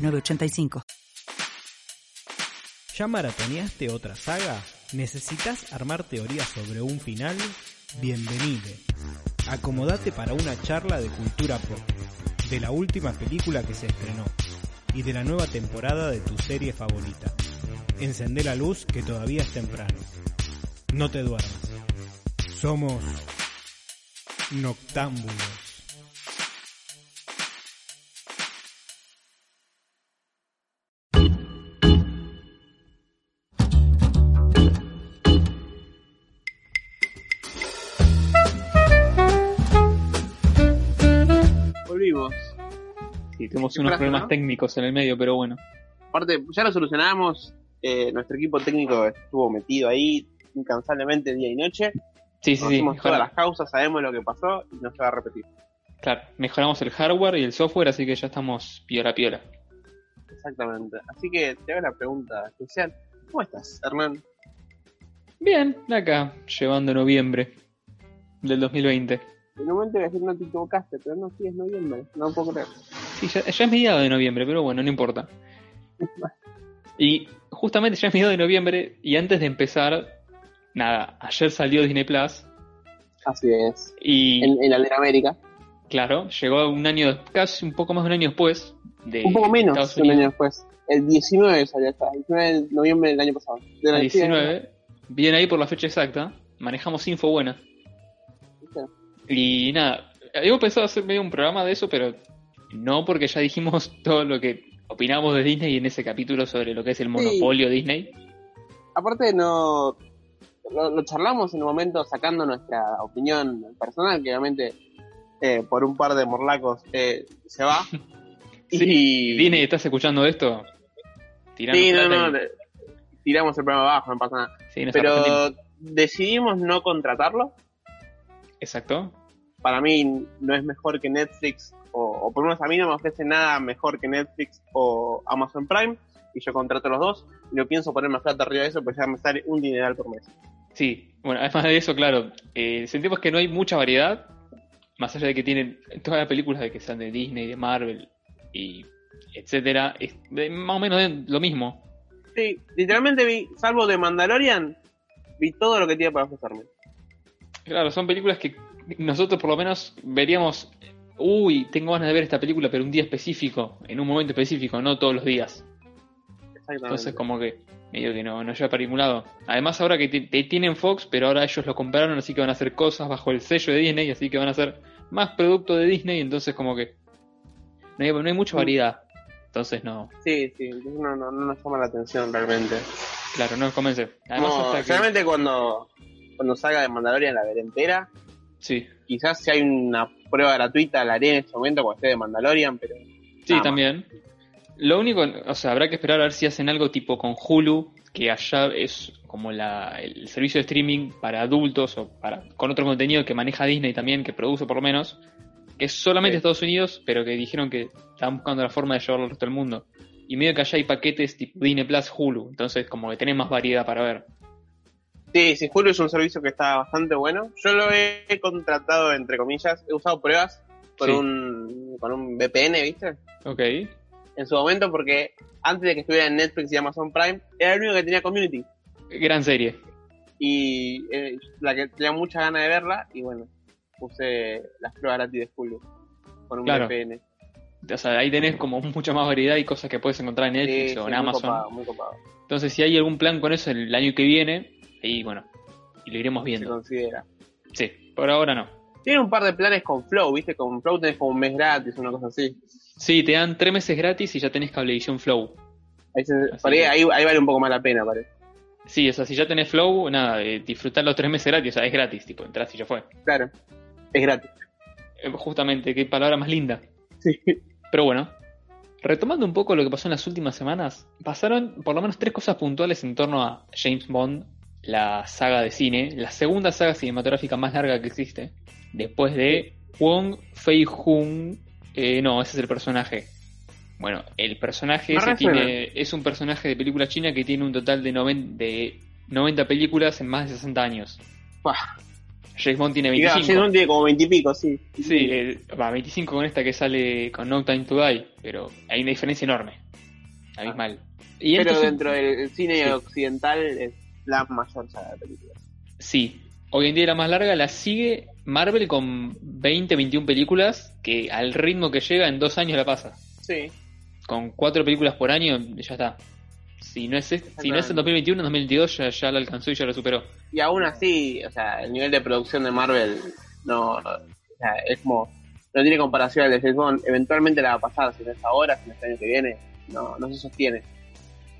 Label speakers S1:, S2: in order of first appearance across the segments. S1: 985.
S2: ¿Ya maratoneaste otra saga? ¿Necesitas armar teorías sobre un final? Bienvenido. Acomodate para una charla de cultura pop, de la última película que se estrenó y de la nueva temporada de tu serie favorita. Encendé la luz que todavía es temprano. No te duermas. Somos noctámbulos.
S3: Vivos.
S4: Sí, tuvimos
S3: Qué
S4: unos
S3: frase,
S4: problemas
S3: ¿no?
S4: técnicos en el medio, pero bueno.
S3: Aparte, ya lo solucionamos. eh, nuestro equipo técnico estuvo metido ahí incansablemente día y noche.
S4: Sí, sí, sí.
S3: Conocemos todas
S4: mejora-
S3: las causas, sabemos lo que pasó y no se va a repetir.
S4: claro, mejoramos el hardware y el software, así que ya estamos piola piola.
S3: Exactamente. Así que te hago la pregunta especial. ¿Cómo estás, Hernán?
S4: Bien, acá, llevando noviembre del 2020.
S3: En un momento iba a decir no te equivocaste, pero no, sí es noviembre. No lo puedo creer.
S4: Sí, ya, ya es mediado de noviembre, pero bueno, no importa. Y justamente ya es mediado de noviembre y antes de empezar, nada, ayer salió Disney Plus
S3: Así es.
S4: y
S3: En, en la Liga América.
S4: claro, llegó un año, casi un poco más de un año después. De
S3: un poco
S4: eh,
S3: menos
S4: Estados
S3: un
S4: Unidos.
S3: año después. El 19 salió esta, el 19 de noviembre del año pasado. De la-
S4: a 19. Bien ahí por la fecha exacta. Manejamos info buena.
S3: Viste.
S4: Y nada, habíamos pensado hacer medio un programa de eso, pero no porque ya dijimos todo lo que opinamos de Disney en ese capítulo sobre lo que es el monopolio Disney.
S3: aparte no lo, lo charlamos en un momento sacando nuestra opinión personal que obviamente eh, por un par de morlacos eh, se va
S4: Sí, Disney, ¿estás escuchando esto? Tirando
S3: sí, no, no,
S4: plata y-
S3: le- tiramos el programa abajo no pasa nada
S4: sí, nos arrepentimos.
S3: pero decidimos no contratarlo
S4: Exacto.
S3: para mí no es mejor que Netflix o, o por lo menos a mí no me ofrece nada mejor que Netflix o Amazon Prime y yo contrato los dos y no pienso poner más plata arriba de eso pues ya me sale un dineral por mes
S4: Sí, bueno, además de eso, claro, eh, sentimos que no hay mucha variedad, más allá de que tienen todas las películas de que sean de Disney, de Marvel y etcétera, es de- más o menos de- lo mismo.
S3: Sí, literalmente vi, salvo de Mandalorian, vi todo lo que tenía para ofrecerme.
S4: Claro, son películas que nosotros por lo menos veríamos, uy, tengo ganas de ver esta película, pero un día específico, en un momento específico, no todos los días.
S3: Exactamente.
S4: Entonces como que medio que no, no lleva para ningún lado. Además ahora que ti- te- tienen Fox, pero ahora ellos lo compraron, así que van a hacer cosas bajo el sello de Disney, así que van a hacer más producto de Disney, entonces como que no hay, no hay mucha variedad. Entonces no,
S3: sí, sí, entonces no, no, no nos llama la atención realmente.
S4: claro, no convence. Además
S3: No,
S4: hasta que-
S3: realmente cuando, cuando salga de Mandalorian la veré entera,
S4: Sí,
S3: quizás si hay una prueba gratuita la haré en ese momento cuando esté de Mandalorian, pero
S4: sí,
S3: Nada más.
S4: también. Lo único, o sea, habrá que esperar a ver si hacen algo tipo con Hulu, que allá es como la, el servicio de streaming para adultos o para con otro contenido que maneja Disney también, que produce por lo menos, que es solamente
S3: Sí.
S4: Estados Unidos, pero que dijeron que estaban buscando la forma de llevarlo al resto del mundo. Y medio que allá hay paquetes tipo Disney Plus, Hulu, entonces como que tenés más variedad para ver.
S3: sí, sí, Hulu es un servicio que está bastante bueno. Yo lo he contratado, entre comillas, he usado pruebas con,
S4: Sí.
S3: un, con un VPN, ¿viste?
S4: Ok,
S3: En su momento porque antes de que estuviera en Netflix y Amazon Prime, era el único que tenía community.
S4: gran serie.
S3: y eh, la que tenía mucha ganas de verla y bueno puse las pruebas gratis de Hulu con un
S4: Claro.
S3: VPN
S4: O sea, ahí tenés como mucha más variedad y cosas que puedes encontrar en
S3: Sí,
S4: Netflix
S3: sí,
S4: o en
S3: muy
S4: Amazon.
S3: copado, muy copado,
S4: Entonces, si hay algún plan con eso el año que viene, ahí bueno, y lo iremos
S3: se
S4: viendo.
S3: considera
S4: Sí, por ahora no.
S3: tiene un par de planes con Flow viste con Flow tenés como un mes gratis una cosa así
S4: Sí, te dan tres meses gratis y ya tenés Cablevisión Flow.
S3: ahí, se-
S4: Así
S3: por ahí,
S4: que-
S3: ahí- ahí vale un poco más la pena parece
S4: Sí, o sea, si ya tenés Flow, nada, eh, disfrutar los tres meses gratis, o sea, es gratis, tipo, entras y ya fue.
S3: claro es gratis
S4: Eh, justamente, qué palabra más linda.
S3: sí.
S4: Pero bueno, Retomando un poco lo que pasó en las últimas semanas, pasaron por lo menos tres cosas puntuales en torno a James Bond, la saga de cine, la segunda saga cinematográfica más larga que existe, después de Wong Fei Hung. eh, no, ese es el personaje. Bueno, el personaje
S3: Me
S4: ese
S3: resuena.
S4: tiene- es un personaje de película china que tiene un total de, noven- de 90 películas en más de 60 años.
S3: Bah.
S4: James Bond tiene
S3: Y claro,
S4: 25.
S3: James Bond tiene como 20 y pico, sí.
S4: Sí, eh, va, 25 con esta que sale con No Time to Die, pero hay una diferencia enorme. Abismal. Y
S3: Ah. Pero
S4: entonces-
S3: dentro del cine
S4: Sí.
S3: occidental es la mayor saga de películas.
S4: Sí, hoy en día la más larga la sigue Marvel con 20, 21 películas que al ritmo que llega en dos años la pasa.
S3: Sí.
S4: Con cuatro películas por año ya está. Si no es, este- si no es en 2021, en 2022 ya, ya la alcanzó y ya la superó.
S3: Y aún así, o sea, el nivel de producción de Marvel no, no- o sea, es como no tiene comparación al de James Bond. Eventualmente la va a pasar, si no es ahora, si no es el año que viene, no, no se sostiene.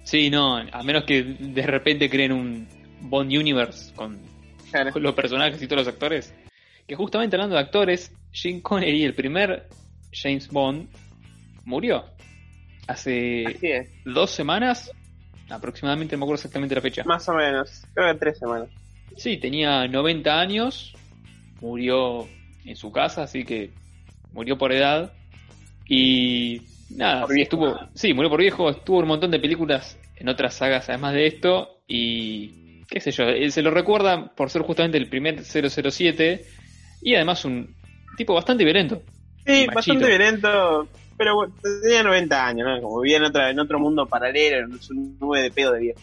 S4: Sí, no, a menos que de repente creen un Bond Universe con
S3: Claro.
S4: con los personajes y todos los actores. Que justamente hablando de actores, Jim Connery, el primer James Bond, murió. Hace
S3: Así es,
S4: dos semanas, aproximadamente, no me acuerdo exactamente la fecha.
S3: más o menos, creo que tres semanas.
S4: Sí, tenía 90 años, murió en su casa, así que murió por edad. Y nada,
S3: Por
S4: sí,
S3: viejo.
S4: estuvo, sí, murió por viejo, estuvo en un montón de películas en otras sagas además de esto. Y qué sé yo, eh, se lo recuerda por ser justamente el primer 007 y además un tipo bastante violento.
S3: Sí,
S4: Machito.
S3: bastante violento, pero bueno, tenía 90 años, ¿no? Como vivía en, otra, en otro mundo paralelo, en un nube de pedo de viejo.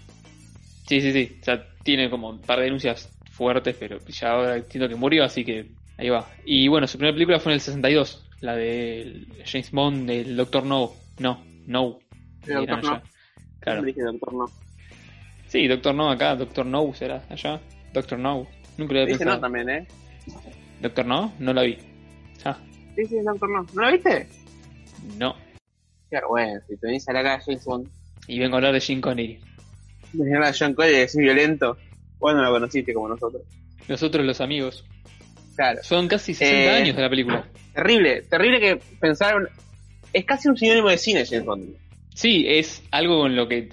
S4: Sí, sí, sí, o sea, tiene como un par de denuncias fuertes, pero ya ahora entiendo que murió, así que ahí va. Y bueno, su primera película fue en el 62, la de James Bond, del Doctor No. No, No.
S3: El
S4: Eran
S3: Dr. No.
S4: allá. Claro.
S3: Siempre dije Doctor No.
S4: Sí, Doctor No acá, Doctor No será allá. Doctor No. Nunca lo había
S3: Dice no
S4: pensado.
S3: también, ¿eh?
S4: Doctor No, no la vi. Ah,
S3: Sí, sí, Doctor No. ¿No lo viste?
S4: no.
S3: Claro, bueno, si te venís a la cara de James Bond,
S4: Y vengo a hablar de Jim Connery.
S3: venís a la "Ah, John Cole y decís violento, vos no lo conociste como nosotros.
S4: Nosotros los amigos.
S3: Claro.
S4: Son casi 60
S3: Eh,
S4: años de la película.
S3: Terrible, terrible que pensaron... Es casi un sinónimo de cine James Bond.
S4: Sí, es algo con lo que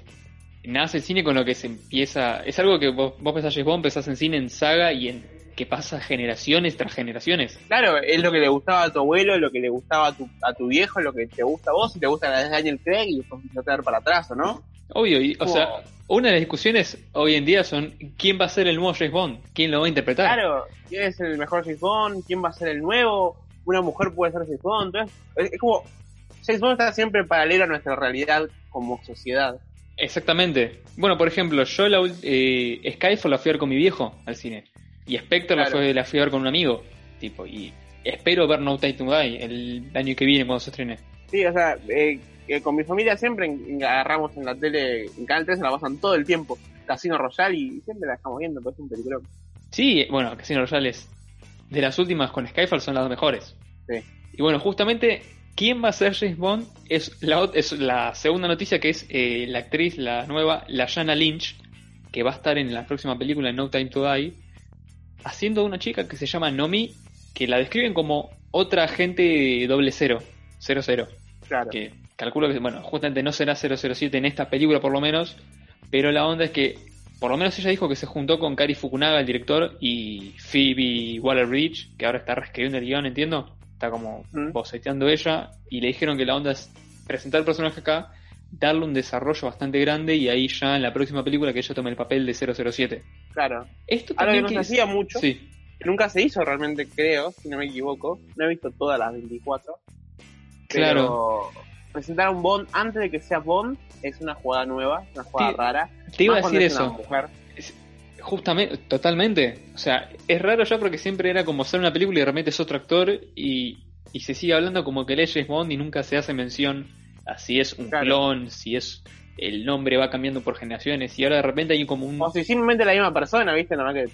S4: nace el cine, con lo que se empieza. Es algo que vos, vos pensás, James Bond, pensás en cine, en saga y en que pasa generaciones tras generaciones.
S3: Claro, es lo que le gustaba a tu abuelo, lo que le gustaba a tu, a tu viejo, lo que te gusta a vos, y te gusta la de Daniel Craig y después empezás a ver para atrás, ¿o no?
S4: Obvio, y, o
S3: Como-
S4: sea, una de las discusiones hoy en día son quién va a ser el nuevo James Bond, quién lo va a interpretar.
S3: Claro, ¿quién es el mejor James Bond? ¿Quién va a ser el nuevo? ¿Una mujer puede ser James Bond? Entonces, es, es como, James Bond está siempre paralelo a nuestra realidad como sociedad.
S4: Exactamente. Bueno, por ejemplo, yo la ul- eh, Skyfall la fui a ver con mi viejo al cine. Y Spectre la,
S3: Claro.
S4: fue- la fui a ver con un amigo. Tipo, y espero ver No Time to Die el año que viene cuando se estrene.
S3: Sí, o sea, eh, que con mi familia siempre en- en- agarramos en la tele, en Canal 13 la pasan todo el tiempo, Casino Royale, y siempre la dejamos viendo, porque es un peligro.
S4: Sí, bueno, Casino Royale es de las últimas con Skyfall son las dos mejores.
S3: Sí.
S4: Y bueno, justamente quién va a ser James Bond es la ot- es la segunda noticia que es eh, la actriz la nueva Lashana Lynch que va a estar en la próxima película No Time to Die haciendo una chica que se llama Nomi que la describen como otra agente doble cero cero cero
S3: Claro.
S4: que calculo que, bueno, justamente no será 007 en esta película por lo menos, pero la onda es que, por lo menos ella dijo que se juntó con Cary Fukunaga, el director, y Phoebe Waller-Bridge, que ahora está reescribiendo el guión, entiendo, está como
S3: Mm.
S4: boceteando ella, y le dijeron que la onda es presentar el personaje acá, darle un desarrollo bastante grande, y ahí ya en la próxima película que ella tome el papel de 007.
S3: Claro.
S4: Esto
S3: Algo que
S4: también
S3: no se
S4: que-
S3: hacía mucho,
S4: Sí,
S3: que nunca se hizo realmente, creo, si no me equivoco. No he visto todas las 24. Pero presentar a un Bond antes de que sea Bond es una jugada nueva, es una jugada
S4: Sí.
S3: rara.
S4: te iba a
S3: Más cuando
S4: decir
S3: es una
S4: eso.
S3: mujer.
S4: Justamente, totalmente. O sea, es raro ya porque siempre era como hacer una película y de repente es otro actor y, y se sigue hablando como que él es James Bond y nunca se hace mención a si es un
S3: Claro.
S4: clon, si es el nombre va cambiando por generaciones y ahora de repente hay como un...
S3: O si simplemente la misma persona, ¿viste? Nada más que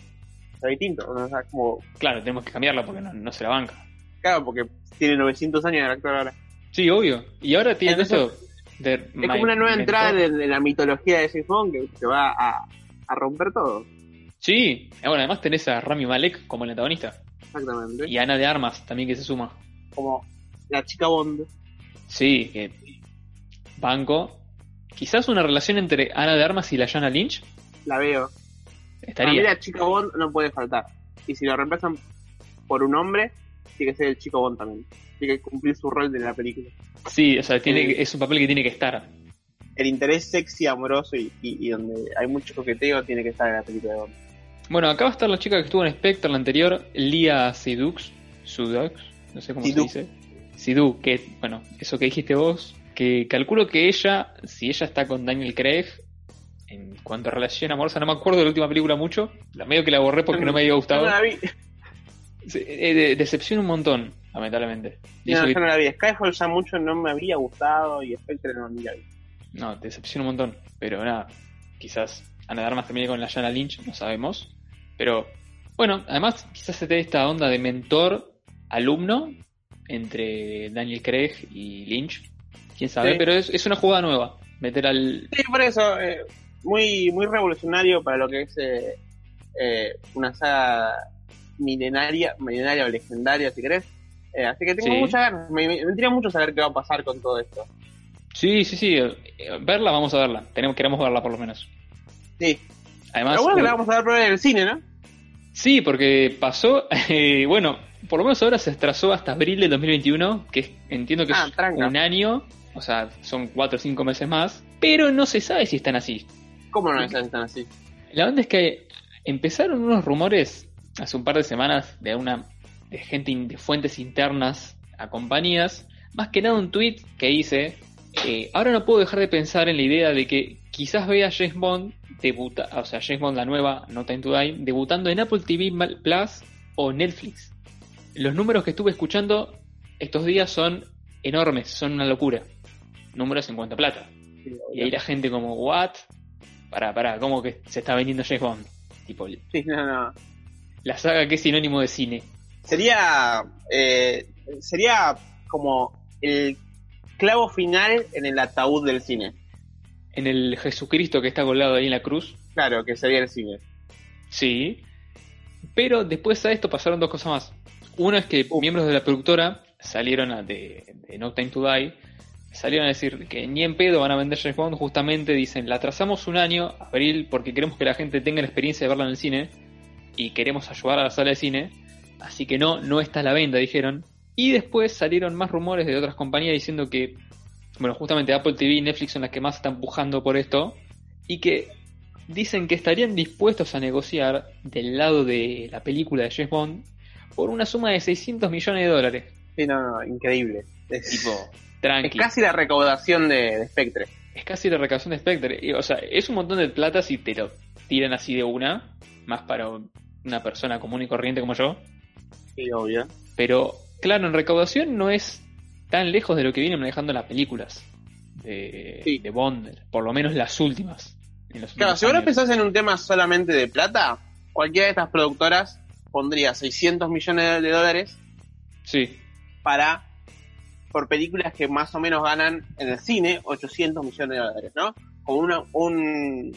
S3: está distinto. ¿no? O sea, como,
S4: Claro, tenemos que cambiarla porque no, no se la banca.
S3: claro, porque tiene 900 años el actor ahora.
S4: Sí, obvio. Y ahora tienen
S3: Entonces,
S4: eso de...
S3: Es como una nueva entrada de, de la mitología de James Bond que se va a, a romper todo.
S4: Sí. Bueno, además tenés a Rami Malek como el antagonista.
S3: Exactamente.
S4: Y a Ana de Armas también que se suma.
S3: Como la chica Bond.
S4: Sí, que Banco. Quizás una relación entre Ana de Armas y la Jana Lynch.
S3: La veo. A mí
S4: Estaría.
S3: la chica Bond no puede faltar. Y si lo reemplazan por un hombre, tiene que ser el chico Bond también. Tiene que cumplir su rol de la película.
S4: Sí, o sea, tiene, que- es un papel que tiene que estar.
S3: El interés sexy, amoroso y, y- y donde hay mucho coqueteo tiene que estar en la película de Bond.
S4: Bueno, acá va a estar la chica que estuvo en Spectre la anterior, Lia Sidux. Sidux, no sé cómo
S3: Sidhu.
S4: se dice. Sidhu, que, bueno, eso que dijiste vos, que calculo que ella, si ella está con Daniel Craig, en cuanto a relación amorosa, no me acuerdo de la última película mucho, la medio que la borré porque no me había
S3: Yo
S4: gustado.
S3: no la vi,
S4: Sí, eh, de- decepciona un montón, lamentablemente. Y eso
S3: no,
S4: que-
S3: yo no la vi. Skyfall ya mucho no me había gustado y Spectre no ni la vi.
S4: No, te decepciona un montón. Pero nada, quizás Ana de Armas termine con la Jana Lynch, no sabemos. Pero bueno, además quizás se te dé esta onda de mentor-alumno entre Daniel Craig y Lynch. Quién sabe,
S3: Sí.
S4: pero es, es una jugada nueva. Meter al.
S3: Sí, por eso, eh, muy, muy revolucionario para lo que es eh, eh, una saga milenaria, milenaria o legendaria, si querés. Eh, así que tengo
S4: Sí.
S3: muchas ganas. Me, me, me intriga mucho saber qué va a pasar con todo esto.
S4: Sí, sí, sí. eh, Verla, vamos a verla. Tenemos, queremos verla por lo menos.
S3: Sí,
S4: Además,
S3: lo bueno es que la vamos a ver prueba en el cine, ¿no?
S4: Sí, porque pasó, eh, bueno, por lo menos ahora se atrasó hasta abril del 2021, que es- entiendo que
S3: Ah,
S4: es
S3: tranca.
S4: un año, o sea, son cuatro o cinco meses más, pero no se sabe si están así.
S3: ¿Cómo no están tan así?
S4: La onda es que empezaron unos rumores hace un par de semanas de una de gente in- de fuentes internas a compañías, más que nada un tweet que hice, eh, ahora no puedo dejar de pensar en la idea de que quizás vea a James Bond debuta, o sea, James Bond la nueva, No Time to Die, debutando en Apple TV Mal- Plus o Netflix. Los números que estuve escuchando estos días son enormes, son una locura. Números en cuanto a plata. Y ahí la gente como, ¿what? Pará, pará, ¿cómo que se está vendiendo James Bond? Tipo,
S3: Sí, no, no.
S4: la saga que es sinónimo de cine.
S3: Sería, eh, sería como el clavo final en el ataúd del cine.
S4: En el Jesucristo que está colgado ahí en la cruz.
S3: Claro, que sería el cine.
S4: Sí. Pero después a esto pasaron dos cosas más. Una es que
S3: Uh.
S4: miembros de la productora salieron a- de, de No Time to Die, salieron a decir que ni en pedo van a vender James Bond, justamente dicen, la trazamos un año, abril, porque queremos que la gente tenga la experiencia de verla en el cine y queremos ayudar a la sala de cine, así que no, no está a la venda, dijeron. Y después salieron más rumores de otras compañías diciendo que, bueno, justamente Apple TV y Netflix son las que más están pujando por esto y que dicen que estarían dispuestos a negociar del lado de la película de James Bond por una suma de 600 millones de dólares.
S3: Sí, no, no, increíble. Es,
S4: Tipo,
S3: es
S4: tranqui.
S3: casi la recaudación de, de Spectre.
S4: Es casi la recaudación de Spectre. Y, O sea, es un montón de plata si te lo tiran así de una, más para una persona común y corriente como yo.
S3: Sí, obvio.
S4: Pero claro, en recaudación no es tan lejos de lo que vienen manejando las películas de,
S3: Sí.
S4: de Bond, por lo menos las últimas. en los
S3: Claro,
S4: últimos
S3: si vos no
S4: años.
S3: pensás en un tema solamente de plata, cualquiera de estas productoras pondría 600 millones de dólares
S4: Sí,
S3: para por películas que más o menos ganan en el cine 800 millones de dólares, ¿no? Como una, un,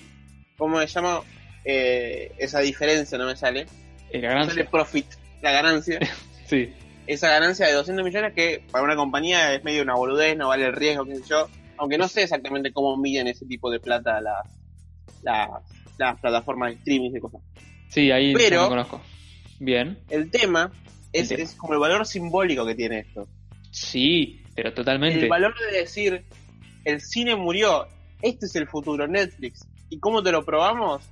S3: ¿cómo se llama? Eh, esa diferencia no me sale.
S4: en la
S3: No sale
S4: ganancia.
S3: profit, la ganancia.
S4: Sí.
S3: Esa ganancia de 200 millones que para una compañía es medio una boludez, no vale el riesgo, qué sé yo. Aunque no sé exactamente cómo miden ese tipo de plata las, las, las plataformas de streaming y cosas.
S4: Sí, ahí yo
S3: Pero-
S4: no conozco. Bien.
S3: El tema es,
S4: El tema.
S3: es como el valor simbólico que tiene esto.
S4: Sí, pero totalmente.
S3: El valor de decir, el cine murió, este es el futuro, Netflix. ¿Y cómo te lo probamos?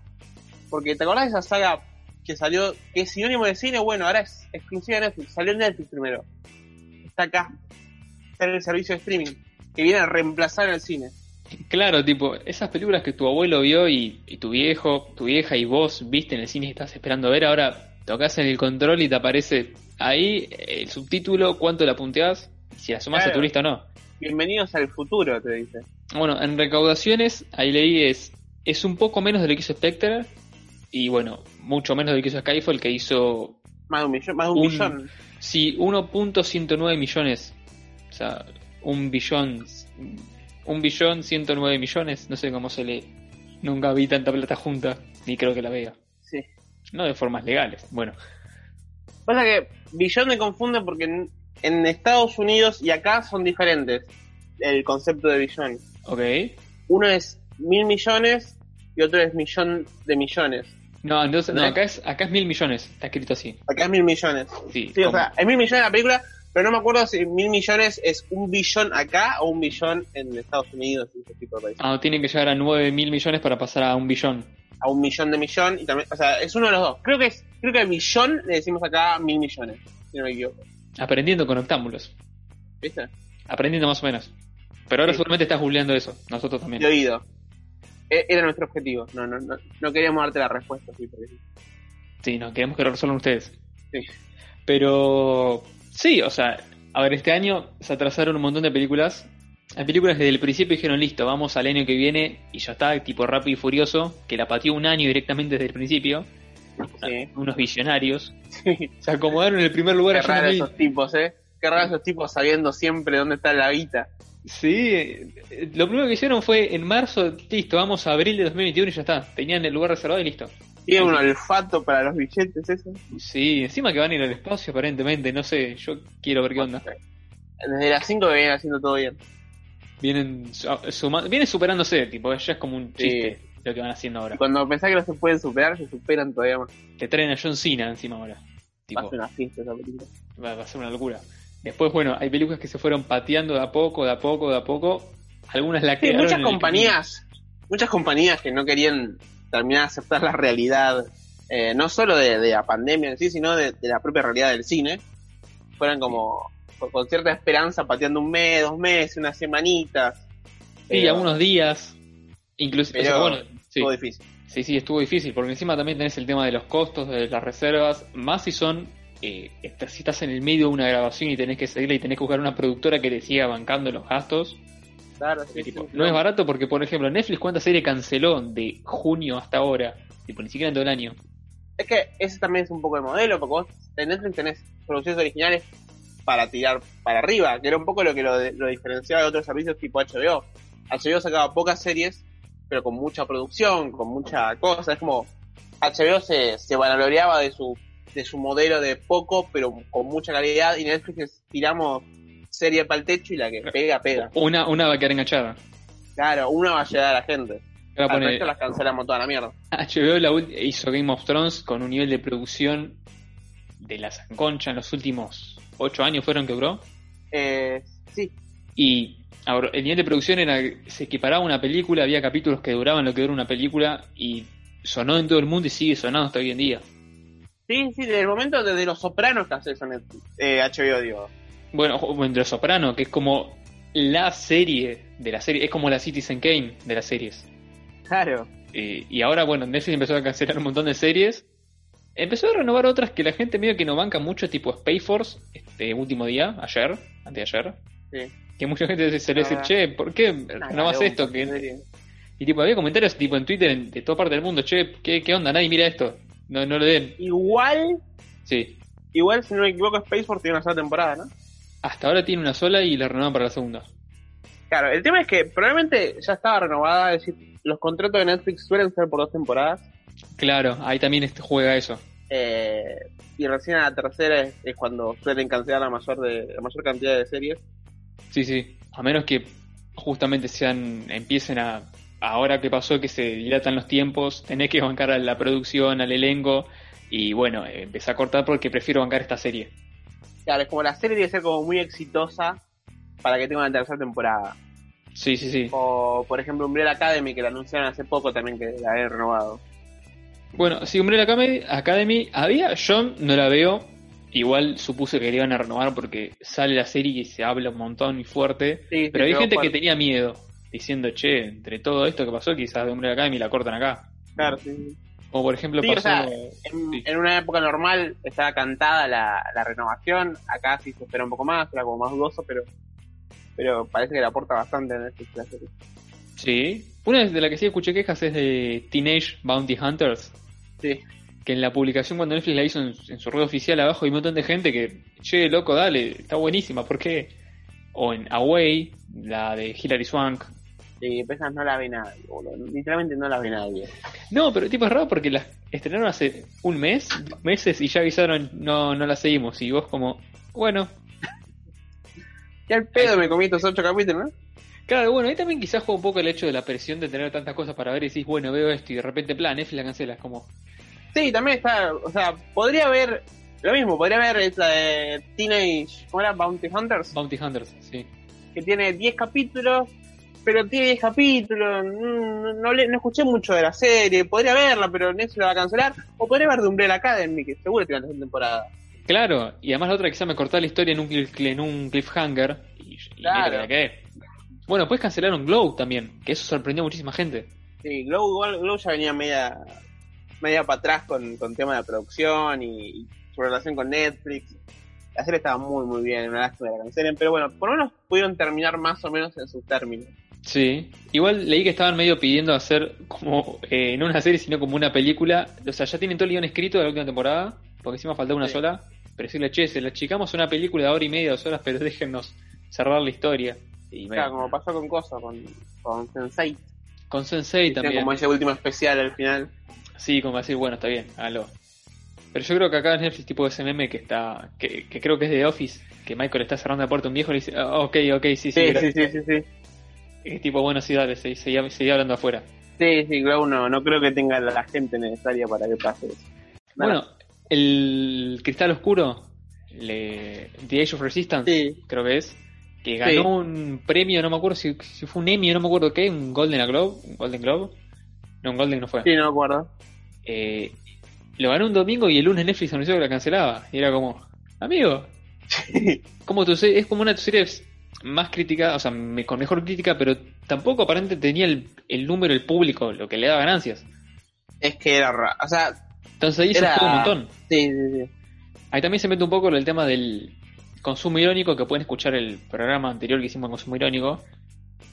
S3: Porque te acordás de esa saga que salió, que es sinónimo de cine, bueno, ahora es exclusiva de Netflix, salió en Netflix primero. Está acá, está en el servicio de streaming, que viene a reemplazar el cine.
S4: Claro, tipo, esas películas que tu abuelo vio y, y tu viejo, tu vieja y vos viste en el cine y estás esperando ver, ahora tocas en el control y te aparece ahí el subtítulo, cuánto la punteás, y si la sumás a
S3: Claro.
S4: tu lista o no.
S3: Bienvenidos al futuro, te dice.
S4: Bueno, en recaudaciones, ahí leí es, es un poco menos de lo que hizo Spectre y bueno, mucho menos de lo que hizo Skyfall, que hizo,
S3: Más de un millón, más de un,
S4: Un-
S3: millón.
S4: sí, 1.109 millones. O sea, un billón, un billón 109 millones, no sé cómo se lee. Nunca vi tanta plata junta, ni creo que la vea.
S3: Sí.
S4: No de formas legales. Bueno,
S3: Pasa que billón me confunde porque en, en Estados Unidos y acá son diferentes el concepto de billón.
S4: Ok.
S3: Uno es mil millones y otro es millón de millones.
S4: No, entonces, no,
S3: No.
S4: acá, es, acá es mil millones, está escrito así.
S3: Acá es mil millones.
S4: Sí,
S3: Sí, o
S4: como-
S3: sea, es mil millones la película, pero no me acuerdo si mil millones es un billón acá o un billón en Estados Unidos y ese tipo de países.
S4: Ah, tienen que llegar a nueve mil millones para pasar a un billón.
S3: A un millón de millón y también, o sea, es uno de los dos. Creo que es, creo que billón le decimos acá mil millones, si no me equivoco.
S4: Aprendiendo con octámbulos.
S3: ¿Viste?
S4: Aprendiendo más o menos. Pero ahora
S3: Sí.
S4: seguramente estás googleando eso. Nosotros
S3: De
S4: también.
S3: oído. E- Era nuestro objetivo. No, no, no, no queríamos darte la respuesta, sí, porque-
S4: Sí, no, queremos que lo resuelvan ustedes.
S3: Sí.
S4: Pero sí, o sea, a ver, este año se atrasaron un montón de películas. Hay películas que desde el principio dijeron, listo, vamos al año que viene y ya está, tipo rápido y furioso, que la pateó un año directamente desde el principio.
S3: sí.
S4: Unos visionarios.
S3: Sí.
S4: Se acomodaron en el primer lugar
S3: Qué
S4: a John
S3: raro
S4: Wick.
S3: esos tipos, ¿eh? Qué raro esos tipos sabiendo siempre dónde está la guita.
S4: Sí, eh, eh, lo primero que hicieron fue en marzo, listo, vamos a abril de 2021 y ya está. Tenían el lugar reservado y listo.
S3: Tiene un olfato para los billetes, eso.
S4: Sí, encima que van a ir al espacio aparentemente, no sé, yo quiero ver qué onda.
S3: Desde las 5 que vienen haciendo todo bien.
S4: Vienen, su- suma- vienen superándose, tipo, ya es como un
S3: Sí.
S4: chiste lo que van haciendo ahora.
S3: Y cuando pensás que no se pueden superar, se superan todavía más.
S4: Te traen a John Cena encima ahora.
S3: Va
S4: Tipo,
S3: a ser una fiesta esa película.
S4: va, va a ser una locura. Después, bueno, hay películas que se fueron pateando de a poco, de a poco, de a poco. Algunas la
S3: Sí,
S4: quedaron en
S3: muchas
S4: el
S3: compañías, muchas compañías que no querían terminar de aceptar la realidad, eh, no solo de, de la pandemia en sí, sino de, de la propia realidad del cine. Fueron como con- con cierta esperanza pateando un mes, dos meses, unas semanitas.
S4: camino. Sí,
S3: Pero
S4: algunos días. Inclusive,
S3: Pero-
S4: o sea, bueno, sí.
S3: Todo difícil.
S4: Sí, sí, estuvo difícil, porque encima también tenés el tema de los costos, de las reservas, más si son, eh, est- si estás en el medio de una grabación y tenés que seguirla y tenés que buscar una productora que te siga bancando los gastos.
S3: Claro, sí,
S4: Tipo,
S3: sí,
S4: no es barato porque, por ejemplo, Netflix cuánta serie canceló de junio hasta ahora, tipo, ni siquiera en todo el año.
S3: Es que ese también es un poco de modelo, porque vos en Netflix tenés producciones originales para tirar para arriba, que era un poco lo que lo, de- lo diferenciaba de otros servicios tipo HBO. HBO sacaba pocas series, pero con mucha producción, con mucha cosa. Es como HBO se, se vanagloriaba de su, de su modelo de poco, pero con mucha calidad, y Netflix es, tiramos serie para el techo y la que pega, pega.
S4: Una, una va a quedar enganchada.
S3: Claro, una va a llegar a la gente.
S4: Ahora
S3: Al
S4: pone-
S3: resto las cancelamos toda la mierda.
S4: HBO la ult- hizo Game of Thrones con un nivel de producción de la sanconcha en los últimos ocho años fueron que duró.
S3: Eh, sí,
S4: Y ahora, el nivel de producción era se equiparaba a una película, había capítulos que duraban lo que dura una película y sonó en todo el mundo y sigue sonando hasta hoy en día.
S3: Sí, sí, desde el momento desde Los Sopranos que hace eso Netflix. Eh, HBO, digo.
S4: Bueno, o- entre Los Soprano, que es como la serie de la serie, es como la Citizen Kane de las series.
S3: Claro.
S4: Eh, y ahora, bueno, Netflix empezó a cancelar un montón de series. Empezó a renovar otras que la gente medio que no banca mucho, tipo Space Force, este último día, ayer, anteayer.
S3: Sí.
S4: Que mucha gente se le dice,
S3: Ah.
S4: che, ¿por qué renovás esto? Que Y tipo, había comentarios tipo en Twitter en- de toda parte del mundo, che, ¿qué, qué onda? Nadie mira esto. No, no le den.
S3: Igual,
S4: Sí.
S3: igual, si no me equivoco, Space Force tiene una sola temporada, ¿no?
S4: Hasta ahora tiene una sola y la renovan para la segunda.
S3: Claro, el tema es que probablemente ya estaba renovada, es decir, los contratos de Netflix suelen ser por dos temporadas,
S4: Claro, ahí también este, juega eso.
S3: eh, y recién a la tercera es, es cuando suelen cancelar la mayor, de, la mayor cantidad de series.
S4: Sí, sí. A menos que justamente sean, empiecen a. Ahora que pasó que se dilatan los tiempos, tenés que bancar a la producción, al elenco. Y bueno, eh, empecé a cortar porque prefiero bancar esta serie.
S3: Claro, es como la serie tiene que ser como muy exitosa para que tenga una tercera temporada.
S4: Sí, sí, sí.
S3: O, por ejemplo, Umbrella Academy, que la anunciaron hace poco también que la habían renovado.
S4: Bueno, si Umbrella Academy, Academy había, yo no la veo. Igual supuse que le iban a renovar porque sale la serie y se habla un montón y fuerte.
S3: Sí,
S4: Pero hay
S3: quedó
S4: gente que
S3: fuerte.
S4: tenía miedo, diciendo, che, entre todo esto que pasó, quizás de Umbrella Academy la cortan acá.
S3: Claro, sí, sí.
S4: Como por ejemplo
S3: Sí, o
S4: pasó.
S3: sea, En,
S4: Sí.
S3: en una época normal estaba cantada la, la renovación, acá sí se espera un poco más, era como más dudoso, pero pero parece que le aporta bastante en este clase.
S4: Sí. Una de las que sí escuché quejas es de Teenage Bounty Hunters.
S3: Sí.
S4: Que en la publicación cuando Netflix la hizo en, en su red oficial abajo hay un montón de gente que, che, loco, dale, está buenísima, ¿por qué? O en Away, la de Hilary Swank,
S3: Y pesas no la ve nadie, boludo. literalmente no la ve nadie.
S4: No, pero tipo es raro porque las estrenaron hace un mes, dos meses y ya avisaron no, no la seguimos. Y vos como, bueno,
S3: Ya el pedo me comí estos ocho capítulos, ¿no?
S4: Claro, bueno, ahí también quizás juega un poco el hecho de la presión de tener tantas cosas para ver y decís, bueno, veo esto y de repente, plan, Netflix la cancelas, como...
S3: Sí, también está, o sea, podría haber lo mismo, podría haber esa de Teenage, ¿cómo era? Bounty Hunters,
S4: Bounty Hunters, sí.
S3: que tiene 10 capítulos, pero tiene 10 capítulos, mm, no, no le- no escuché mucho de la serie, podría verla, pero Netflix la va a cancelar, o podría ver de Umbrella Academy, que seguro tiene la segunda temporada.
S4: Claro, y además la otra quizás me cortaba la historia en un, cliff- en un cliffhanger y, y
S3: Claro.
S4: mira que la quedé. Bueno, después cancelaron Glow también, que eso sorprendió a muchísima gente.
S3: Sí, Glow, igual- Glow ya venía media, media para atrás con, con tema de producción y, y su relación con Netflix. La serie estaba muy, muy bien, una lástima que la cancelen, pero bueno, por lo menos pudieron terminar más o menos en sus términos.
S4: Sí, igual leí que estaban medio pidiendo hacer como, eh, no una serie, sino como una película. O sea, ya tienen todo el guión escrito de la última temporada, porque encima faltaba una
S3: Sí.
S4: sola. Pero decirle, che, se la achicamos a una película de hora y media, dos horas, pero déjennos cerrar la historia. Y
S3: Claro,
S4: bueno,
S3: como pasó con Cosa, con, con Sensei.
S4: con Sensei
S3: Hicieron
S4: también.
S3: como ese último especial al final.
S4: Sí, como decir, bueno, está bien, hágalo. Pero yo creo que acá en Netflix, tipo ese meme que está, que, que creo que es de Office, que Michael está cerrando la puerta a un viejo y le dice, "Ah, ok, ok, sí, sí.
S3: Sí,
S4: gra-
S3: sí, sí, sí, sí.
S4: Y es tipo, bueno, sí, dale, se- seguía, seguía hablando afuera.
S3: Sí, sí, Glow no, no creo que tenga la gente necesaria para que pase eso. Nada.
S4: Bueno, el Cristal Oscuro, le- The Age of Resistance,
S3: Sí,
S4: creo que es, que ganó
S3: Sí.
S4: un premio, no me acuerdo si, si fue un Emmy, no me acuerdo qué, un Golden Globe, un Golden Globe. No, un Golden no fue.
S3: sí, no me acuerdo.
S4: Eh, lo ganó un domingo y el lunes Netflix anunció que la cancelaba. Y era como, amigo, como tu se- es como una de tus series más crítica, o sea, me- con mejor crítica, pero tampoco aparentemente tenía el, el número, el público, lo que le daba ganancias.
S3: Es que era raro. O sea,
S4: Entonces ahí se
S3: Era-
S4: fue un montón.
S3: sí, sí, sí.
S4: Ahí también se mete un poco el tema del consumo irónico, que pueden escuchar el programa anterior que hicimos de consumo irónico,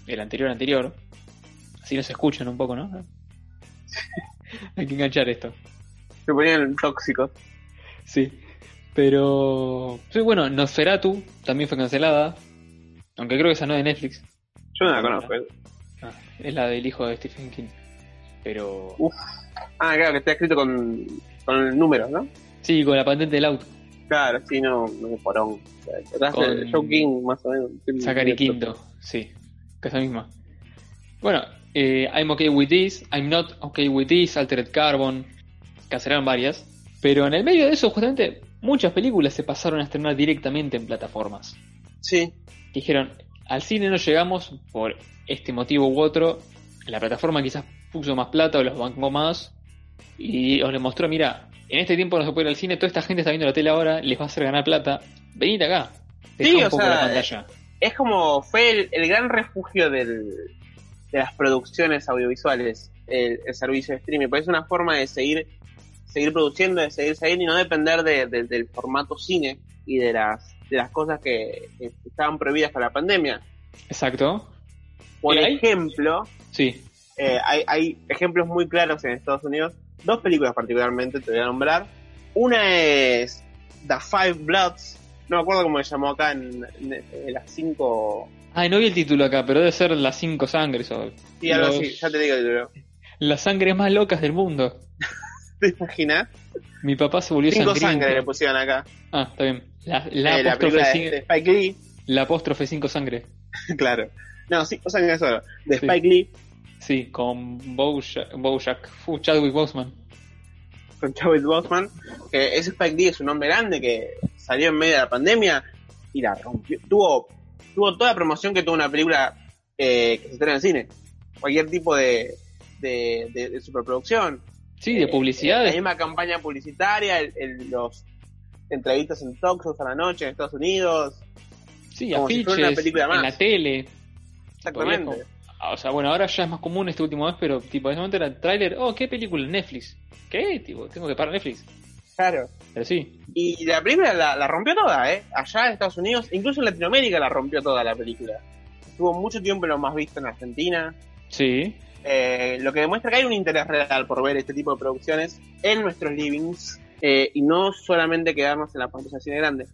S4: el anterior anterior. Así nos escuchan un poco, ¿no? Hay que enganchar esto.
S3: Se ponían tóxicos.
S4: Sí. Pero. Sí, bueno, Nosferatu también fue cancelada. Aunque creo que esa no es de Netflix.
S3: Yo no la conozco. ¿eh?
S4: es la del hijo de Stephen King. Pero.
S3: Ah, claro, que está escrito con, con el número, ¿no?
S4: Sí, con la patente del auto.
S3: Claro, sí, no, no es porón. O sea, atrás
S4: Con-
S3: de Joe King, más o menos.
S4: Zachary Quinto. Sí. Que esa misma. Bueno, eh, I'm okay with this. I'm not okay with this. Altered Carbon. Cancelaron varias. Pero en el medio de eso, justamente, muchas películas se pasaron a estrenar directamente en plataformas.
S3: Sí,
S4: dijeron, al cine no llegamos por este motivo u otro, la plataforma quizás puso más plata o los bancó más y os le mostró, mira, en este tiempo no se puede ir al cine, toda esta gente está viendo la tele ahora, les va a hacer ganar plata, venid acá, dejá
S3: Sí,
S4: un
S3: o
S4: poco
S3: sea,
S4: la pantalla.
S3: es como fue el, el gran refugio del, de las producciones audiovisuales, el, el servicio de streaming. Porque es una forma de seguir seguir produciendo, de seguir saliendo y no depender de- de- del formato cine y de las de las cosas que, que estaban prohibidas para la pandemia.
S4: Exacto,
S3: Por
S4: ¿Y ahí?
S3: ejemplo,
S4: sí,
S3: Eh, hay, hay ejemplos muy claros en Estados Unidos. Dos películas particularmente te voy a nombrar. Una es The Five Bloods. No me acuerdo cómo se llamó acá en, en- en las cinco...
S4: ay no vi el título acá, pero debe ser las cinco sangres o
S3: Sí, algo
S4: Los-
S3: así. Ya te digo el libro.
S4: las sangres más locas del mundo,
S3: ¿Te imaginas?
S4: mi papá se volvió
S3: Cinco
S4: sangriento.
S3: sangre le pusieron acá.
S4: ah, está bien, la, la
S3: Eh, la película
S4: apóstrofe,
S3: de,
S4: cin-
S3: de Spike Lee.
S4: la apóstrofe cinco sangre,
S3: claro. No, cinco sangre solo. De
S4: Sí.
S3: Spike Lee
S4: sí, con Bojack, Bojack Fu, Chadwick Boseman.
S3: con Chadwick Boseman. Que ese Spike Lee es un hombre grande que salió en medio de la pandemia y la rompió. Tuvo, tuvo toda la promoción que tuvo una película eh, que se estrena en cine. Cualquier tipo de, de, de- de superproducción.
S4: Sí, de
S3: Eh,
S4: publicidad.
S3: La misma campaña publicitaria, el- el- los entrevistas en talk shows a la noche en Estados Unidos.
S4: sí,
S3: como si
S4: afiches,
S3: fuera una película
S4: en
S3: más.
S4: la tele.
S3: Exactamente.
S4: Todavía Ah, O sea, bueno, ahora ya es más común este último mes, pero tipo, en ese momento era el tráiler, oh, ¿qué película? Netflix. ¿Qué? Tipo, tengo que pagar Netflix.
S3: Claro.
S4: Pero sí,
S3: Y la película la, la rompió toda, ¿eh? Allá en Estados Unidos, incluso en Latinoamérica la rompió toda la película. Estuvo mucho tiempo en lo más visto en Argentina.
S4: sí,
S3: Eh, lo que demuestra que hay un interés real por ver este tipo de producciones en nuestros livings eh, y no solamente quedarnos en la pantalla de cine grande.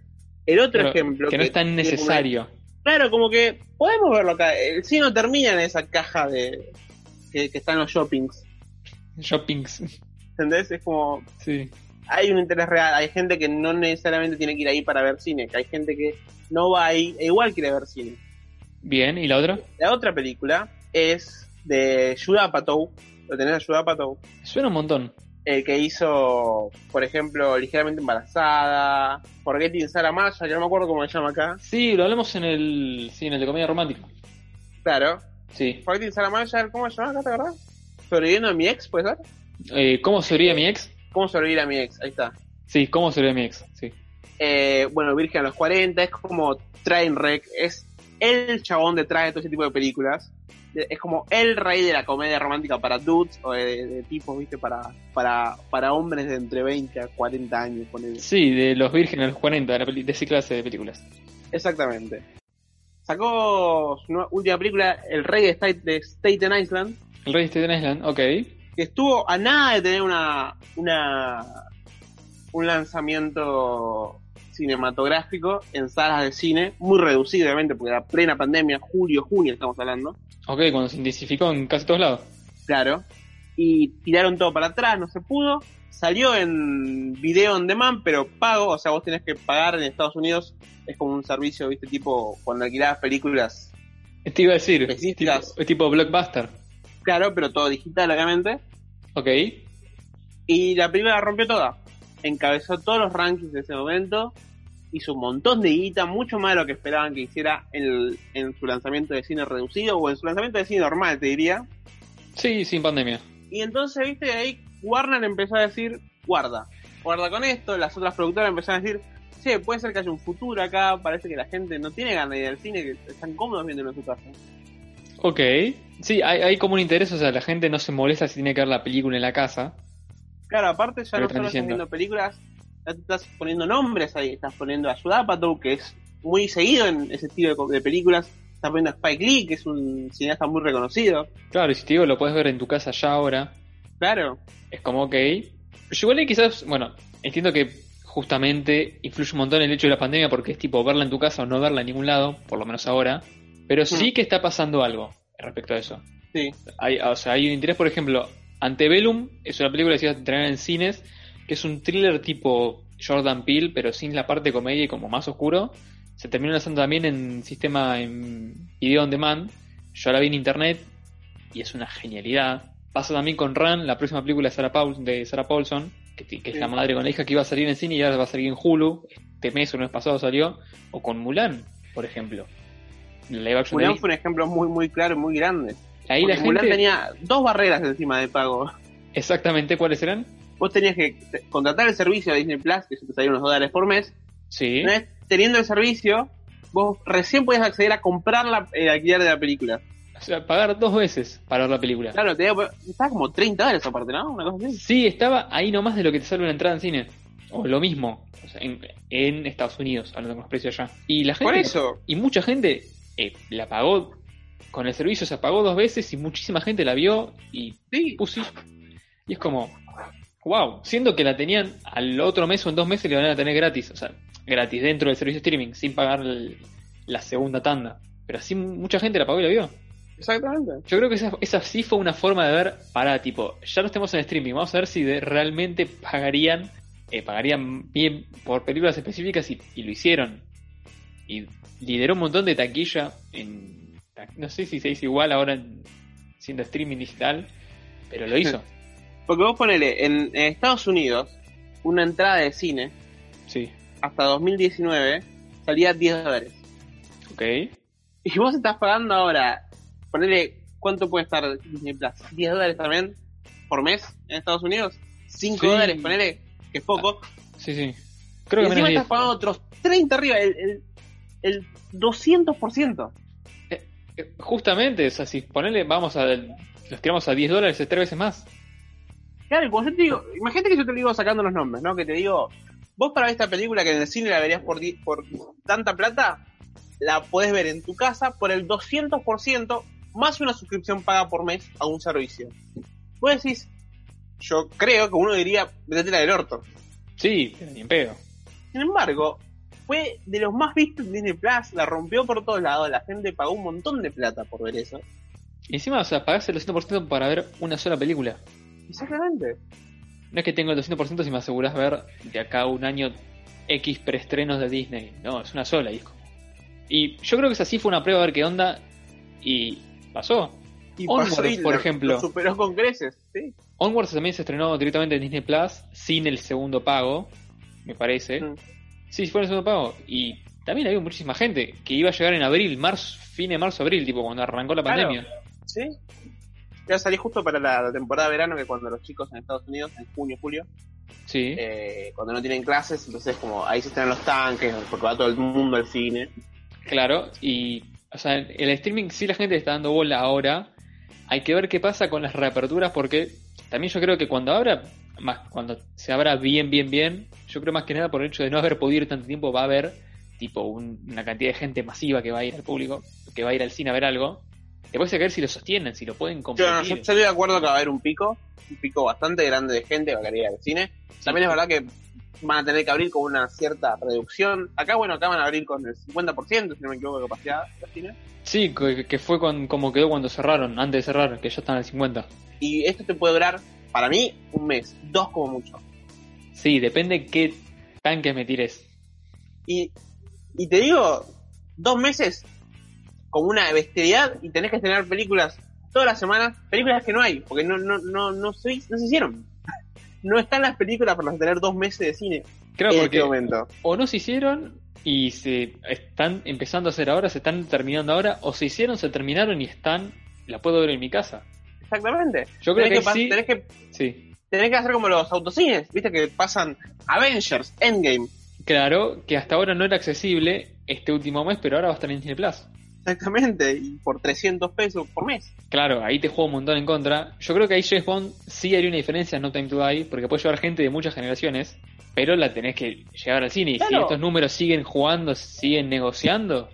S3: El otro
S4: Pero
S3: ejemplo...
S4: que no es tan
S3: tiene una-
S4: necesario.
S3: claro, como que podemos verlo acá. El cine no termina en esa caja de que, que están los shoppings.
S4: Shoppings,
S3: ¿Entendés? Es como...
S4: sí.
S3: Hay un interés real. Hay gente que no necesariamente tiene que ir ahí para ver cine. Que hay gente que no va ahí e igual quiere ver cine.
S4: Bien, ¿y la otra?
S3: La otra película es de Judah Apatow. ¿Lo tenés a Judah Apatow?
S4: Suena un montón.
S3: El que hizo, por ejemplo, Ligeramente Embarazada, Forgetting Sarah Maya, que no me acuerdo cómo se llama acá.
S4: Sí, lo hablamos en el, sí, en el de comedia romántica.
S3: Claro.
S4: Sí.
S3: Forgetting Sarah Maya, ¿cómo se llama acá, te acordás? Sobreviviendo a mi ex, ¿puede ser?
S4: Eh, ¿Cómo sería mi ex?
S3: ¿Cómo sobrevivir a mi ex? Ahí está.
S4: Sí, ¿cómo sería mi ex? Sí.
S3: Eh, bueno, Virgen a los 40, es como Trainwreck, es el chabón detrás de todo ese tipo de películas. Es como el rey de la comedia romántica para dudes o de, de tipos, viste, para, para, para hombres de entre 20 a 40 años, ponele.
S4: Sí, de Los Vírgenes a los 40, de, la peli- de esa clase de películas.
S3: Exactamente. Sacó su nueva- última película, El Rey de, State, de Staten Island,
S4: El Rey de Staten Island, ok.
S3: que estuvo a nada de tener una, una un lanzamiento cinematográfico en salas de cine, muy reducido obviamente, porque era plena pandemia, julio, junio estamos hablando,
S4: Ok, cuando se intensificó en casi todos lados.
S3: claro, y tiraron todo para atrás, no se pudo, salió en video on demand, pero pago, o sea, vos tenés que pagar en Estados Unidos, es como un servicio, viste, tipo cuando alquilabas películas
S4: Te iba a decir, tipo,
S3: Específicas.
S4: tipo blockbuster.
S3: Claro, pero todo digital, obviamente.
S4: Ok,
S3: Y la película la rompió toda. Encabezó todos los rankings de ese momento. Hizo un montón de guita, mucho más de lo que esperaban que hiciera en, el- en su lanzamiento de cine reducido o en su lanzamiento de cine normal, te diría.
S4: sí, sin pandemia.
S3: Y entonces, viste, ahí Warner empezó a decir, guarda, guarda con esto. Las otras productoras empezaron a decir, sí, puede ser que haya un futuro acá. Parece que la gente no tiene ganas de ir al cine, que están cómodos viéndolo en su casa.
S4: Ok, sí, hay, hay como un interés, o sea, la gente no se molesta si tiene que ver la película en la casa.
S3: Claro, aparte ya no
S4: Lo que están
S3: solo estás
S4: diciendo.
S3: viendo películas, ya te estás poniendo nombres ahí, estás poniendo a Judapato, que es muy seguido en ese estilo de, co- de películas, estás poniendo a Spike Lee, que es un cineasta muy reconocido,
S4: Claro, y si te digo, lo puedes ver en tu casa ya ahora.
S3: claro,
S4: Es como, ok. Pero igual ahí quizás, bueno, entiendo que justamente influye un montón el hecho de la pandemia porque es tipo verla en tu casa o no verla en ningún lado, por lo menos ahora. Pero sí que está pasando algo respecto a eso.
S3: sí,
S4: Hay, o sea, hay un interés, por ejemplo, Antebellum es una película que se iba a entrenar en cines, que es un thriller tipo Jordan Peele, pero sin la parte de comedia y como más oscuro. Se terminó lanzando también en sistema en video on demand. Yo la vi en internet y es una genialidad. Pasa también con Run, la próxima película de Sarah, Paul, de Sarah Paulson, que, ti- que es
S3: Sí.
S4: la madre con la hija que iba a salir en cine y ahora va a salir en Hulu. Este mes o el mes pasado salió. O con Mulan, por ejemplo. La live action de
S3: Mulan
S4: Disney.
S3: fue un ejemplo muy muy claro y muy grande.
S4: Ahí la
S3: Porque Mulan
S4: gente...
S3: tenía dos barreras encima de pago.
S4: Exactamente, ¿cuáles eran?
S3: Vos tenías que te- contratar el servicio de Disney Plus, que eso te salía unos dólares por mes,
S4: Sí.
S3: Una vez teniendo el servicio, vos recién podías acceder a comprar la, el alquiler de la película.
S4: O sea, pagar dos veces para ver la película.
S3: Claro, te estaba como 30 dólares aparte, ¿no? Una cosa así.
S4: Sí, estaba ahí nomás de lo que te sale una entrada en cine. O lo mismo. O sea, en, en Estados Unidos, hablando con los precios allá. Y la gente.
S3: Por eso,
S4: Y mucha gente eh, la pagó con el servicio, se pagó dos veces y muchísima gente la vio y
S3: sí,
S4: pusi. Y es como. Wow, siendo que la tenían al otro mes o en dos meses le van a tener gratis, o sea, gratis dentro del servicio de streaming, sin pagar el- la segunda tanda. Pero así mucha gente la pagó y la vio.
S3: exactamente.
S4: Yo creo que esa, esa sí fue una forma de ver, para tipo, ya no estemos en streaming, vamos a ver si de- realmente pagarían, eh, pagarían bien por películas específicas y, y lo hicieron. Y lideró un montón de taquilla en, ta- no sé si se dice igual ahora en- siendo streaming digital, pero lo hizo.
S3: Porque vos ponele, en, en Estados Unidos, una entrada de cine
S4: Sí.
S3: hasta 2019 salía 10 dólares.
S4: Ok.
S3: Y vos estás pagando ahora, ponele, ¿cuánto puede estar Disney Plus? ¿10 dólares también por mes en Estados Unidos? ¿5
S4: Sí.
S3: dólares, ponele? Que es poco.
S4: Sí, sí.
S3: Y
S4: Creo que
S3: encima
S4: menos
S3: estás pagando otros 30 arriba, el, el, el 200%.
S4: 10. Eh, Justamente, o sea, si ponele, vamos a, los tiramos a 10 dólares, es tres veces más.
S3: Claro, como yo te digo, imagínate que yo te lo digo sacando los nombres, ¿no? Que te digo, vos para ver esta película que en el cine la verías por, di- por tanta plata, la podés ver en tu casa por el 200% más una suscripción paga por mes a un servicio. Vos decís, yo creo que uno diría, métetela del orto.
S4: Sí, pero ni en pedo.
S3: Sin embargo, fue de los más vistos en Disney Plus, la rompió por todos lados, la gente pagó un montón de plata por ver eso.
S4: Y encima, o sea, pagás el 200% para ver una sola película.
S3: Exactamente.
S4: No es que tengo el 200% si me asegurás ver de acá a un año X preestrenos de Disney. No, es una sola, y es como, Y yo creo que esa sí fue una prueba a ver qué onda y pasó.
S3: Y
S4: Onward,
S3: pasó y
S4: por
S3: lo-
S4: ejemplo.
S3: lo superó con creces, sí.
S4: Onwards también se estrenó directamente en Disney Plus sin el segundo pago, me parece.
S3: Mm.
S4: Sí, fue el segundo pago. Y también había muchísima gente que iba a llegar en abril, marzo, fin de marzo, abril, tipo cuando arrancó la
S3: Claro.
S4: pandemia.
S3: Sí. Yo salí justo para la, la temporada de verano, que cuando los chicos en Estados Unidos, en junio, julio,
S4: Sí.
S3: eh, cuando no tienen clases, entonces como ahí se estrenan los tanques, porque va todo el mundo al cine.
S4: Claro, y o sea, el streaming sí la gente le está dando bola ahora. Hay que ver qué pasa con las reaperturas porque también yo creo que cuando abra, más cuando se abra bien, bien, bien, yo creo más que nada por el hecho de no haber podido ir tanto tiempo, va a haber tipo un- una cantidad de gente masiva que va a ir al público, que va a ir al cine a ver algo. Después hay que ver si lo sostienen, si lo pueden
S3: Yo,
S4: competir.
S3: yo- yo estoy de acuerdo que va a haber un pico, un pico bastante grande de gente que va a querer ir al cine. También es verdad que van a tener que abrir con una cierta reducción. Acá, bueno, acá van a abrir con el 50%, si no me equivoco, de capacidad de cine.
S4: Sí, que, que fue cuan- como quedó cuando cerraron, antes de cerrar, que ya están al 50.
S3: Y esto te puede durar, para mí, un mes, dos como mucho.
S4: Sí, depende qué tanques me tires.
S3: Y, y te digo, dos meses como una bestialidad y tenés que estrenar películas todas las semanas, películas que no hay, porque no, no, no, no, se, no se hicieron. No están las películas para tener dos meses de cine
S4: Creo
S3: en
S4: porque
S3: este momento.
S4: o no se hicieron y se están empezando a hacer ahora, se están terminando ahora, o se hicieron, se terminaron y están, la puedo ver en mi casa.
S3: Exactamente.
S4: Yo creo
S3: tenés,
S4: que
S3: pas-
S4: sí.
S3: tenés, que,
S4: Sí,
S3: tenés que hacer como los autocines, viste que pasan Avengers, Endgame.
S4: claro que hasta ahora no era accesible este último mes, pero ahora va a estar en Disney Plus.
S3: Exactamente, y por 300 pesos por mes.
S4: Claro, ahí te juego un montón en contra. Yo creo que ahí James Bond sí haría una diferencia en No Time to Die, porque puede llevar gente de muchas generaciones, pero la tenés que llevar al cine. Y si
S3: Claro.
S4: estos números siguen jugando, siguen negociando,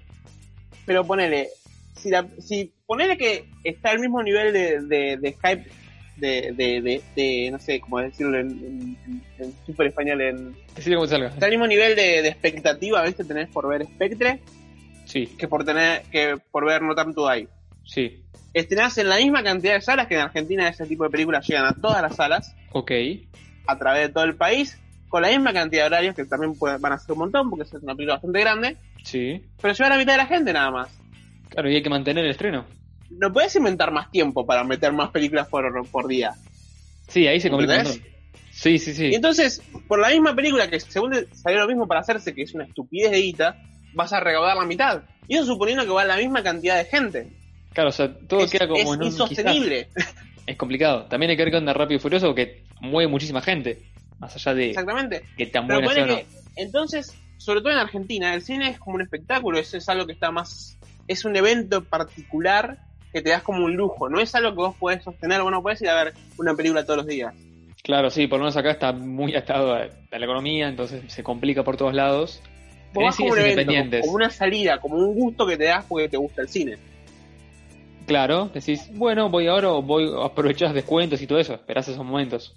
S3: Pero ponele, si, la, si ponele que está al mismo nivel de, de, de hype de, de, de, de- no sé cómo decirlo en, en, en super español, en,
S4: te sirve como te salga.
S3: está al mismo nivel de, de expectativa a veces tenés por ver Spectre
S4: Sí,
S3: que por tener que por ver No Time to Die.
S4: sí,
S3: Estrenás en la misma cantidad de salas que en Argentina ese tipo de películas llegan a todas las salas
S4: ok.
S3: a través de todo el país con la misma cantidad de horarios que también pueden- van a ser un montón porque es una película bastante grande,
S4: Sí,
S3: pero lleva a la mitad de la gente nada más.
S4: claro, y hay que mantener el estreno.
S3: No puedes inventar más tiempo para meter más películas por, por día.
S4: Sí, ahí se complica un
S3: ¿Entendés?
S4: montón. Sí, sí,
S3: Y
S4: sí.
S3: entonces, por la misma película que según te- salió lo mismo para hacerse, que es una estupidez de guita, vas a recaudar la mitad. Y eso suponiendo que va la misma cantidad de gente.
S4: Claro, o sea, todo
S3: es
S4: queda como
S3: es
S4: en un quizás.
S3: insostenible.
S4: Es complicado. También hay que ver con Rápido y Furioso que mueve muchísima gente. Más allá de
S3: Exactamente.
S4: que tan
S3: Pero
S4: buena sea o
S3: ponele
S4: no.
S3: que, entonces, sobre todo en Argentina, el cine es como un espectáculo, es, es algo que está más. Es un evento particular que te das como un lujo. No es algo que vos podés sostener, vos no podés ir a ver una película todos los días.
S4: Claro, sí, por lo menos acá está muy atado a, a la economía, entonces se complica por todos lados.
S3: Vos
S4: Tenés
S3: vas como
S4: cines
S3: un evento,
S4: independientes.
S3: como- como una salida, como un gusto que te das porque te gusta el cine.
S4: Claro, decís, bueno, voy ahora o voy, aprovechás descuentos y todo eso. Esperás esos momentos.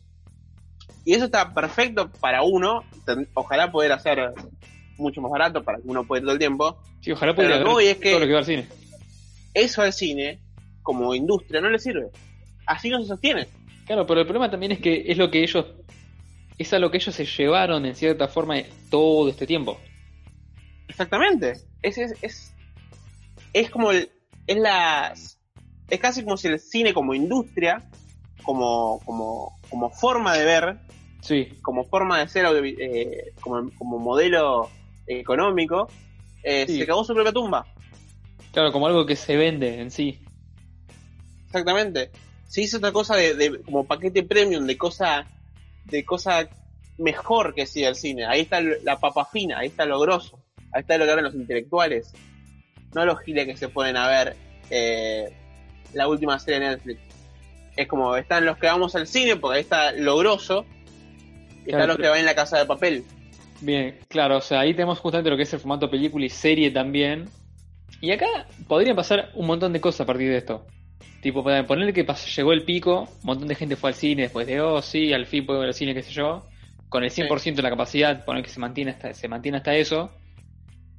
S3: Y eso está perfecto para uno. ten- Ojalá poder hacer mucho más barato para que uno pueda ir todo el tiempo.
S4: Sí, ojalá
S3: Pero
S4: pudiera
S3: lo que voy
S4: ver
S3: es que-
S4: todo lo que va al cine.
S3: Eso al cine, como industria, no le sirve. Así no se sostiene.
S4: Claro, pero el problema también es que es lo que ellos. Es a lo que ellos se llevaron en cierta forma todo este tiempo.
S3: Exactamente. Es, es, es, es como el, es la, es casi como si el cine como industria, como, como, como forma de ver,
S4: Sí,
S3: como forma de ser, audiovi- eh, como, como modelo económico, eh,
S4: Sí.
S3: se cagó su propia tumba.
S4: Claro, como algo que se vende en sí.
S3: Exactamente. Se hizo otra cosa de, de- como paquete premium, de cosa, de cosa mejor que sigue el cine. Ahí está lo- la papa fina, ahí está lo grosso, ahí está lo que hablan los intelectuales. No los giles que se ponen a ver eh, la última serie de Netflix. Es como están los que vamos al cine, porque ahí está lo grosso, y
S4: Claro,
S3: están los
S4: pero-
S3: que van en la casa de papel.
S4: Bien, claro, o sea, ahí tenemos justamente lo que es el formato película y serie también. Y acá podrían pasar un montón de cosas a partir de esto. Tipo, para ponerle que pas- llegó el pico, un montón de gente fue al cine después de, oh, sí, al fin puedo ver al cine, qué sé yo. Con el 100% de la capacidad, poner que se mantiene hasta, se mantiene hasta eso.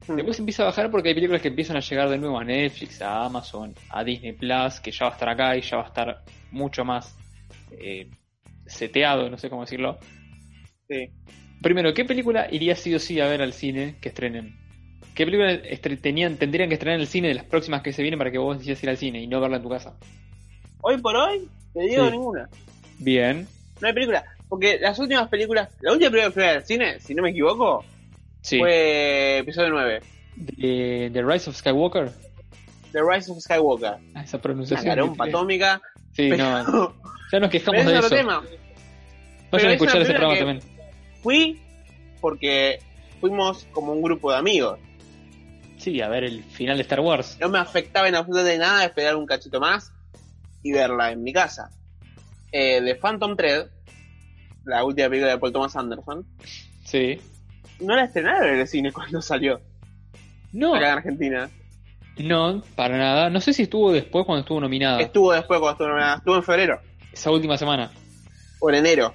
S3: Mm.
S4: Después empieza a bajar porque hay películas que empiezan a llegar de nuevo a Netflix, a Amazon, a Disney Plus, que ya va a estar acá y ya va a estar mucho más eh, seteado, no sé cómo decirlo.
S3: Sí.
S4: Primero, ¿qué película iría sí o sí a ver al cine que estrenen? ¿Qué películas estre- tenían, tendrían que estrenar en el cine de las próximas que se vienen para que vos decidas ir al cine y no verla en tu casa?
S3: Hoy por hoy, te digo
S4: Sí.
S3: ninguna.
S4: Bien.
S3: No hay película. Porque las últimas películas, la última película que fui al cine, si no me equivoco,
S4: Sí.
S3: Pues, fue episodio 9,
S4: De- The Rise of Skywalker.
S3: The Rise of Skywalker.
S4: Ah, Esa
S3: Una
S4: pronunciación.
S3: garompa atómica.
S4: Sí,
S3: pero-
S4: no. Ya nos
S3: pero
S4: quejamos
S3: es
S4: de
S3: otro
S4: eso.
S3: tema.
S4: Vayan
S3: pero
S4: a
S3: es una
S4: escuchar ese
S3: película
S4: programa
S3: que-
S4: también.
S3: Fui porque fuimos como un grupo de amigos.
S4: Sí, a ver el final de Star Wars.
S3: No me afectaba en absolutamente nada esperar un cachito más y verla en mi casa. Eh, de Phantom Thread, la última película de Paul Thomas Anderson,
S4: Sí.
S3: no la estrenaron en el cine cuando salió
S4: No,
S3: acá en Argentina.
S4: no, para nada. No sé si estuvo después cuando estuvo nominada.
S3: Estuvo después cuando estuvo nominada, estuvo en febrero
S4: Esa última semana.
S3: o en enero.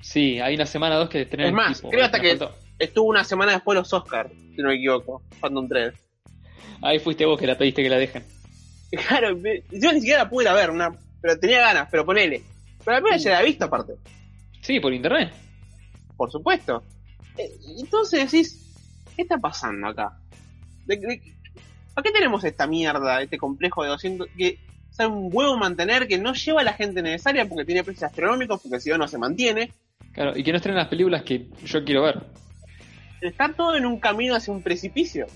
S4: Sí, hay una semana o dos que estrenan.
S3: Es más,
S4: tipo,
S3: creo hasta
S4: me
S3: que-
S4: faltó.
S3: Estuvo una semana después los Oscars, si no me equivoco, Phantom Thread.
S4: Ahí fuiste vos que la pediste que la dejen.
S3: Claro, me- yo ni siquiera la pude ir a ver, una, pero tenía ganas, pero ponele. Pero la primera ya la he visto aparte.
S4: Sí, por internet.
S3: Por supuesto. Eh, Entonces decís, ¿qué está pasando acá? ¿De- de- ¿Para qué tenemos esta mierda, este complejo de 200 que es un huevo mantener, que no lleva a la gente necesaria porque tiene precios astronómicos, porque si no, no se mantiene?
S4: Claro, y que no estrenan las películas que yo quiero ver.
S3: Está todo en un camino hacia un precipicio.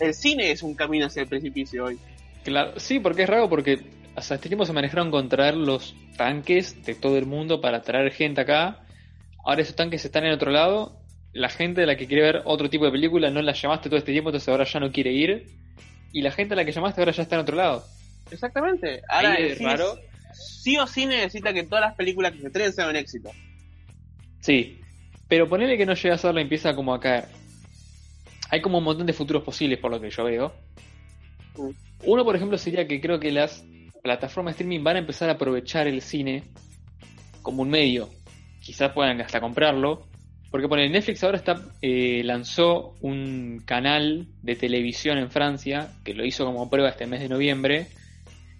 S3: El cine es un camino hacia el precipicio hoy.
S4: Claro, sí, porque es raro porque hasta este tiempo se manejaron con traer los tanques de todo el mundo para traer gente acá. Ahora esos tanques están en otro lado. La gente de la que quiere ver otro tipo de película no la llamaste todo este tiempo, entonces ahora ya no quiere ir. Y la gente a la que llamaste ahora ya está en otro lado.
S3: Exactamente. Ahora
S4: Ahí
S3: el
S4: es
S3: cine
S4: raro.
S3: Sí o sí necesita que todas las películas que se estrenen sean un éxito.
S4: Sí, pero ponele que no llega a ser la empieza como a caer. Hay como un montón de futuros posibles por lo que yo veo.
S3: Mm.
S4: Uno, por ejemplo, sería que creo que las plataformas de streaming van a empezar a aprovechar el cine como un medio. Quizás puedan hasta comprarlo. Porque por Netflix ahora está eh, lanzó un canal de televisión en Francia, que lo hizo como prueba este mes de noviembre,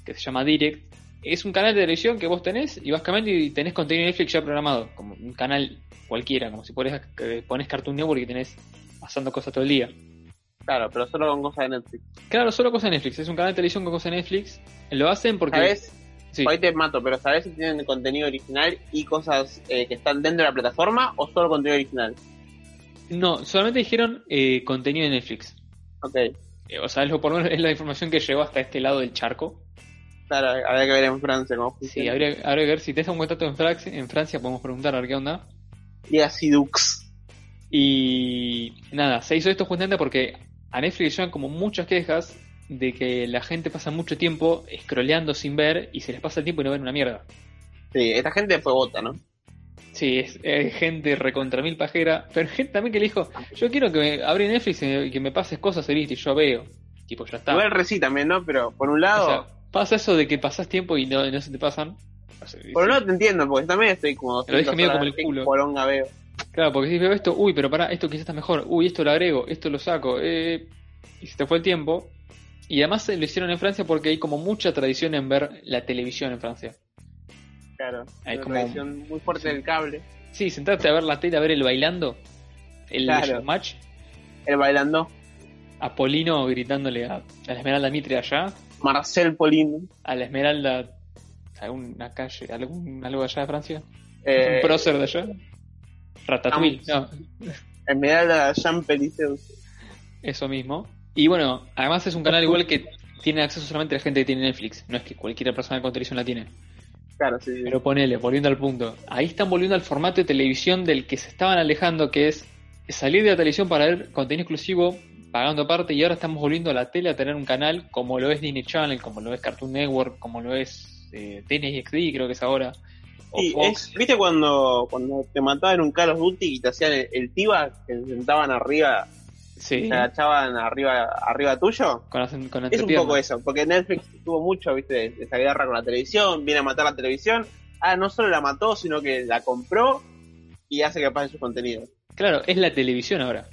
S4: que se llama Direct, es un canal de televisión que vos tenés y básicamente y tenés contenido de Netflix ya programado, como un canal cualquiera, como si pones, eh, pones Cartoon Network y tenés pasando cosas todo el día.
S3: Claro, pero solo con cosas de Netflix.
S4: Claro, solo cosas de Netflix, es un canal de televisión con cosas de Netflix. Lo hacen porque...
S3: ¿Sabes?
S4: Sí.
S3: Ahí te mato, pero ¿sabés si tienen contenido original y cosas eh, que están dentro de la plataforma o solo contenido original?
S4: No, solamente dijeron eh, contenido de Netflix.
S3: Ok,
S4: Eh, o sea, es lo, por lo menos es la información que llegó hasta este lado del charco.
S3: claro, habría que ver en Francia cómo
S4: Sí,
S3: funciona.
S4: habría, habría que ver si tenés un contrato en, Frax- en Francia, podemos preguntar a ver qué onda.
S3: Y así Dux.
S4: Y nada, se hizo esto justamente porque a Netflix le llegan como muchas quejas de que la gente pasa mucho tiempo scrolleando sin ver y se les pasa el tiempo y no ven una mierda.
S3: Sí, esta gente fue bota, ¿no?
S4: Sí, es, eh, gente recontra mil pajera, pero gente también que le dijo, yo quiero que me abrí Netflix y me- que me pases cosas, ¿viste? Y yo veo. Tipo, ya está.
S3: Igual Resi también, ¿no? Pero por un
S4: O
S3: lado,
S4: sea, pasa eso de que pasás tiempo y no, no se te pasan. O sea,
S3: por un
S4: sí.
S3: lado te entiendo, porque también estoy como
S4: Lo dije
S3: 200
S4: medio
S3: horas
S4: como el
S3: de
S4: culo.
S3: poronga veo.
S4: Claro, porque si veo esto, uy, pero pará, esto quizás está mejor, uy, esto lo agrego, esto lo saco, eh, y se te fue el tiempo. Y además eh, lo hicieron en Francia porque hay como mucha tradición en ver la televisión en Francia.
S3: Claro,
S4: Hay
S3: una
S4: como-
S3: tradición muy fuerte
S4: sí.
S3: del cable.
S4: Sí, sentarte a ver la tele, a ver el bailando, el
S3: Claro.
S4: match,
S3: El bailando,
S4: a Polino gritándole a, a la Esmeralda Mitre allá,
S3: Marcel Polino.
S4: a la Esmeralda, alguna calle, algún, algo allá de Francia,
S3: Eh,
S4: un prócer de allá, Ratatouille, no,
S3: Esmeralda Jean Peliceus.
S4: Eso mismo. Y bueno, además es un canal igual que tiene acceso solamente la gente que tiene Netflix. No es que cualquier persona con televisión la tiene.
S3: Claro, sí. sí.
S4: Pero ponele, volviendo al punto. Ahí están volviendo al formato de televisión del que se estaban alejando, que es salir de la televisión para ver contenido exclusivo pagando aparte y ahora estamos volviendo a la tele a tener un canal como lo es Disney Channel, como lo es Cartoon Network, como lo es eh, Disney XD, creo que es ahora. O
S3: Sí,
S4: Fox.
S3: es- ¿Viste cuando, cuando te mataban un Carlos Duty y te hacían el, el tiba, que te sentaban arriba,
S4: Sí,
S3: te agachaban arriba, arriba tuyo?
S4: con, la- con la
S3: Es un
S4: entrepierna.
S3: poco eso, porque Netflix tuvo mucho, viste, de, de esa guerra con la televisión, viene a matar la televisión. Ah, no solo la mató, sino que la compró y hace que pasen sus contenidos.
S4: Claro, es la televisión ahora.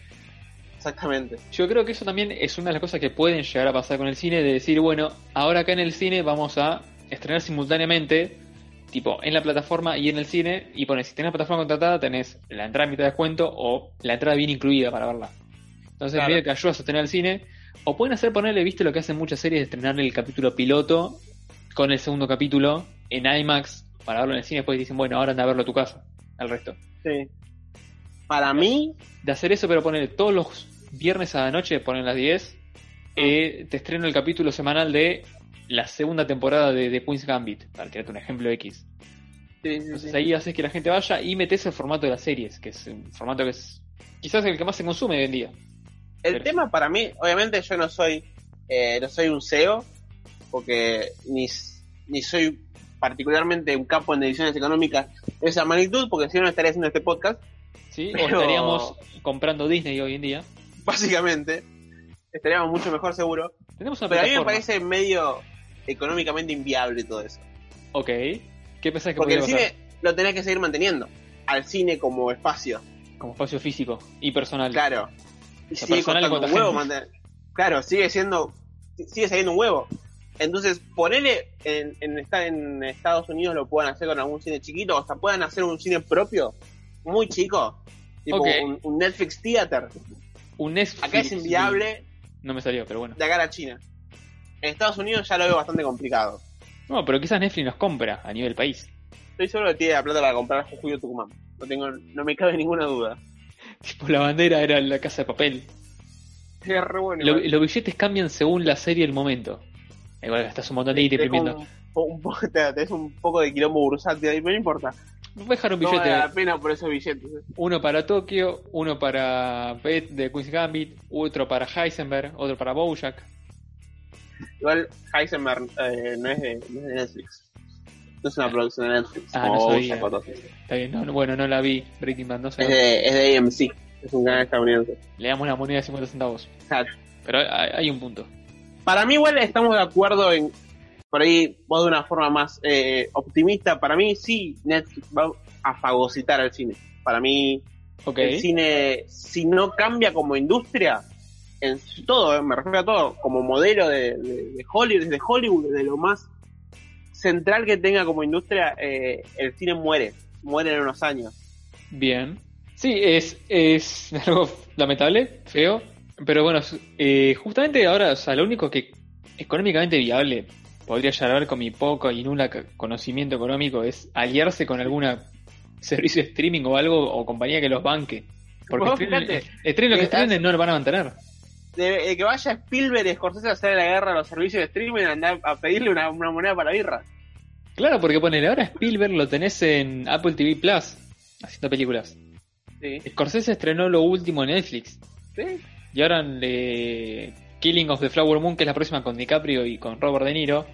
S3: Exactamente.
S4: Yo creo que eso también es una de las cosas que pueden llegar a pasar con el cine, de decir, bueno, ahora acá en el cine vamos a estrenar simultáneamente, tipo, en la plataforma y en el cine, y pones, si tenés la plataforma contratada, tenés la entrada a mitad de descuento o la entrada bien incluida para verla. Entonces
S3: Claro.
S4: medio que ayuda a sostener el cine. O pueden hacer ponerle, viste lo que hacen muchas series, de estrenar el capítulo piloto con el segundo capítulo en IMAX para verlo en el cine. Después dicen, bueno, ahora anda a verlo a tu casa. Al resto.
S3: Sí. Para mí,
S4: De hacer eso, pero poner todos los viernes a la noche, ponen las 10,
S3: Ah.
S4: eh, te estreno el capítulo semanal de la segunda temporada de, de Queen's Gambit, para tirarte un ejemplo X.
S3: sí, sí,
S4: Entonces
S3: sí.
S4: ahí haces que la gente vaya y metes el formato de las series, que es un formato que es quizás el que más se consume hoy en día.
S3: El tema para mí, obviamente yo no soy, eh, no soy un CEO, porque ni, s- ni soy particularmente un capo en decisiones económicas de esa magnitud, porque si no no estaría haciendo este podcast,
S4: ¿sí?
S3: Pero-
S4: O estaríamos comprando Disney hoy en día.
S3: básicamente. Estaríamos mucho mejor seguro.
S4: Tenemos una
S3: Pero a mí me
S4: plataforma.
S3: parece medio económicamente inviable todo eso.
S4: Ok. ¿Qué pensás que
S3: Porque
S4: podría
S3: el
S4: pasar
S3: cine lo tenés que seguir manteniendo. Al cine como espacio,
S4: como espacio físico y personal?
S3: claro. Y
S4: sea,
S3: sigue
S4: personal y
S3: costando un
S4: contagiante.
S3: huevo mantener. Claro, sigue siendo. Sigue saliendo un huevo. Entonces, ponele en, en, esta- en Estados Unidos lo puedan hacer con algún cine chiquito, o sea, puedan hacer un cine propio, muy chico, tipo
S4: Ok.
S3: un, un Netflix Theater.
S4: Un Netflix.
S3: Acá es inviable
S4: No me salió, pero bueno.
S3: de acá a la China. En Estados Unidos ya lo veo bastante complicado.
S4: No, pero quizás Netflix nos compra a nivel país.
S3: Estoy seguro que tiene la plata para comprar Jujuy o Tucumán. No, tengo, no me cabe ninguna duda.
S4: Tipo, la bandera era la casa de papel.
S3: Es re bueno.
S4: Lo-
S3: igual.
S4: los billetes cambian según la serie y el momento. Igual gastas un montón de
S3: Te
S4: guita
S3: dejo
S4: imprimiendo.
S3: un po- un po- te- te es un poco de quilombo bursátil ahí, pero no importa.
S4: Voy a dejar un
S3: No
S4: billete.
S3: vale la pena por esos billetes. ¿eh?
S4: Uno para Tokio, uno para Beth de Queen's Gambit, otro para Heisenberg, otro para Bojack.
S3: Igual Heisenberg eh, no, es de, no es de Netflix. No es una producción de Netflix.
S4: Ah,
S3: como
S4: no
S3: Bojack
S4: sabía.
S3: o todo.
S4: Está bien, no, no, bueno, no la vi. Breaking Bad, no sé.
S3: es, de, es de AMC. Es un canal estadounidense.
S4: Le damos una moneda de 50 centavos.
S3: Claro.
S4: Pero hay, hay un punto.
S3: Para mí, igual estamos de acuerdo en. Por ahí, vos de una forma más eh, optimista. Para mí, sí, Netflix va a fagocitar al cine. Para mí,
S4: Ok.
S3: el cine, si no cambia como industria, en todo, eh, me refiero a todo, como modelo de, de- de Hollywood, desde Hollywood, desde lo más central que tenga como industria, eh, el cine muere, muere en unos años.
S4: Bien. Sí, es, es algo lamentable, feo. Pero bueno, su- eh, justamente ahora, o sea, lo único que económicamente viable podría llegar con mi poco y nula c- conocimiento económico es aliarse con alguna servicio de streaming o algo o compañía que los banque. Porque
S3: Vos
S4: estrenen-
S3: fíjate,
S4: estrenen lo que
S3: eh,
S4: estrenen no lo van a mantener.
S3: De, de que vaya Spielberg y Scorsese a hacer la guerra a los servicios de streaming a, andar a pedirle una, una moneda para birra.
S4: Claro, porque ponele ahora Spielberg lo tenés en Apple TV Plus haciendo películas.
S3: Sí,
S4: Scorsese estrenó lo último en Netflix.
S3: sí,
S4: Y ahora en eh, Killing of the Flower Moon, que es la próxima con DiCaprio y con Robert De Niro,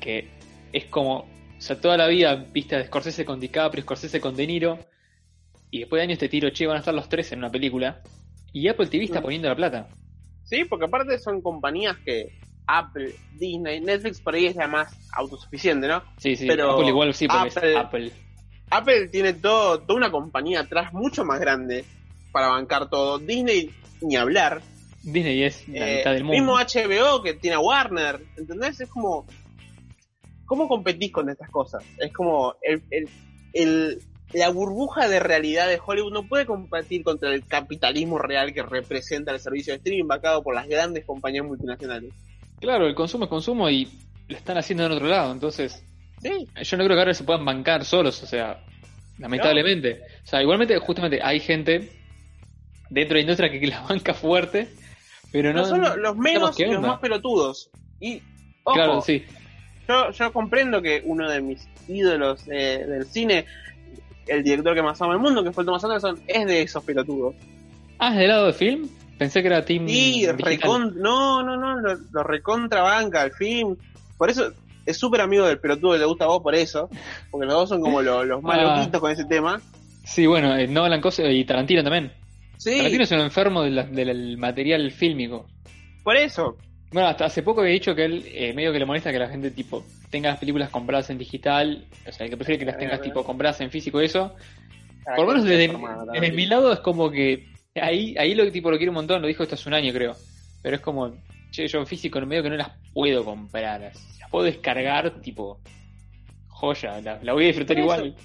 S4: que es como, o sea, toda la vida vista de Scorsese con DiCaprio, Scorsese con De Niro, y después de años te tiro, che, van a estar los tres en una película, y Apple TV está
S3: Mm.
S4: poniendo la plata.
S3: sí, porque aparte son compañías que Apple, Disney, Netflix por ahí es la más autosuficiente, ¿no?
S4: Sí, sí,
S3: Pero
S4: Apple igual sí, porque es
S3: Apple-
S4: Apple.
S3: Apple tiene todo, toda una compañía atrás mucho más grande para bancar todo. Disney, ni hablar.
S4: Disney es la
S3: Eh,
S4: mitad del mundo.
S3: Mismo HBO que tiene a Warner. ¿Entendés? Es como. ¿Cómo competís con estas cosas? Es como. El, el- el- la burbuja de realidad de Hollywood no puede competir contra el capitalismo real que representa el servicio de streaming bancado por las grandes compañías multinacionales.
S4: Claro, el consumo es consumo y lo están haciendo en otro lado, entonces
S3: Sí,
S4: yo no creo que ahora se puedan bancar solos, o sea, lamentablemente. O sea, igualmente, justamente hay gente dentro de la industria que la banca fuerte, pero no.
S3: no, solo los menos
S4: qué
S3: y los
S4: onda.
S3: más pelotudos. Y. Ojo,
S4: Claro, sí.
S3: yo, yo comprendo que uno de mis ídolos eh, del cine, el director que más amo el mundo, que fue el Thomas Anderson, es de esos pelotudos.
S4: Ah, ¿es del lado de film? Pensé que era
S3: Y
S4: Team. Mm, digital.
S3: recon, no, no, no, lo, lo recontrabanca al film. Por eso es súper amigo del pelotudo que le gusta a vos, por eso. Porque los dos son como lo- los más
S4: Ah.
S3: loquitos con ese tema.
S4: Sí, bueno, eh, Nolan Cos- y Tarantino también.
S3: Sí,
S4: Tarantino es un enfermo de la- del material fílmico.
S3: por eso.
S4: Bueno, hasta hace poco había dicho que él eh, medio que le molesta que la gente tipo tenga las películas compradas en digital, o sea, que prefiere que las tengas tipo compradas en físico y eso.
S3: Ah,
S4: Por lo menos desde, desde mi lado es como que ahí ahí lo tipo lo quiero un montón, lo dijo esto hace un año creo. Pero es como, che, yo en físico en medio que no las puedo comprar, así, las puedo descargar tipo joya, la, la voy a disfrutar
S3: Por eso.
S4: igual.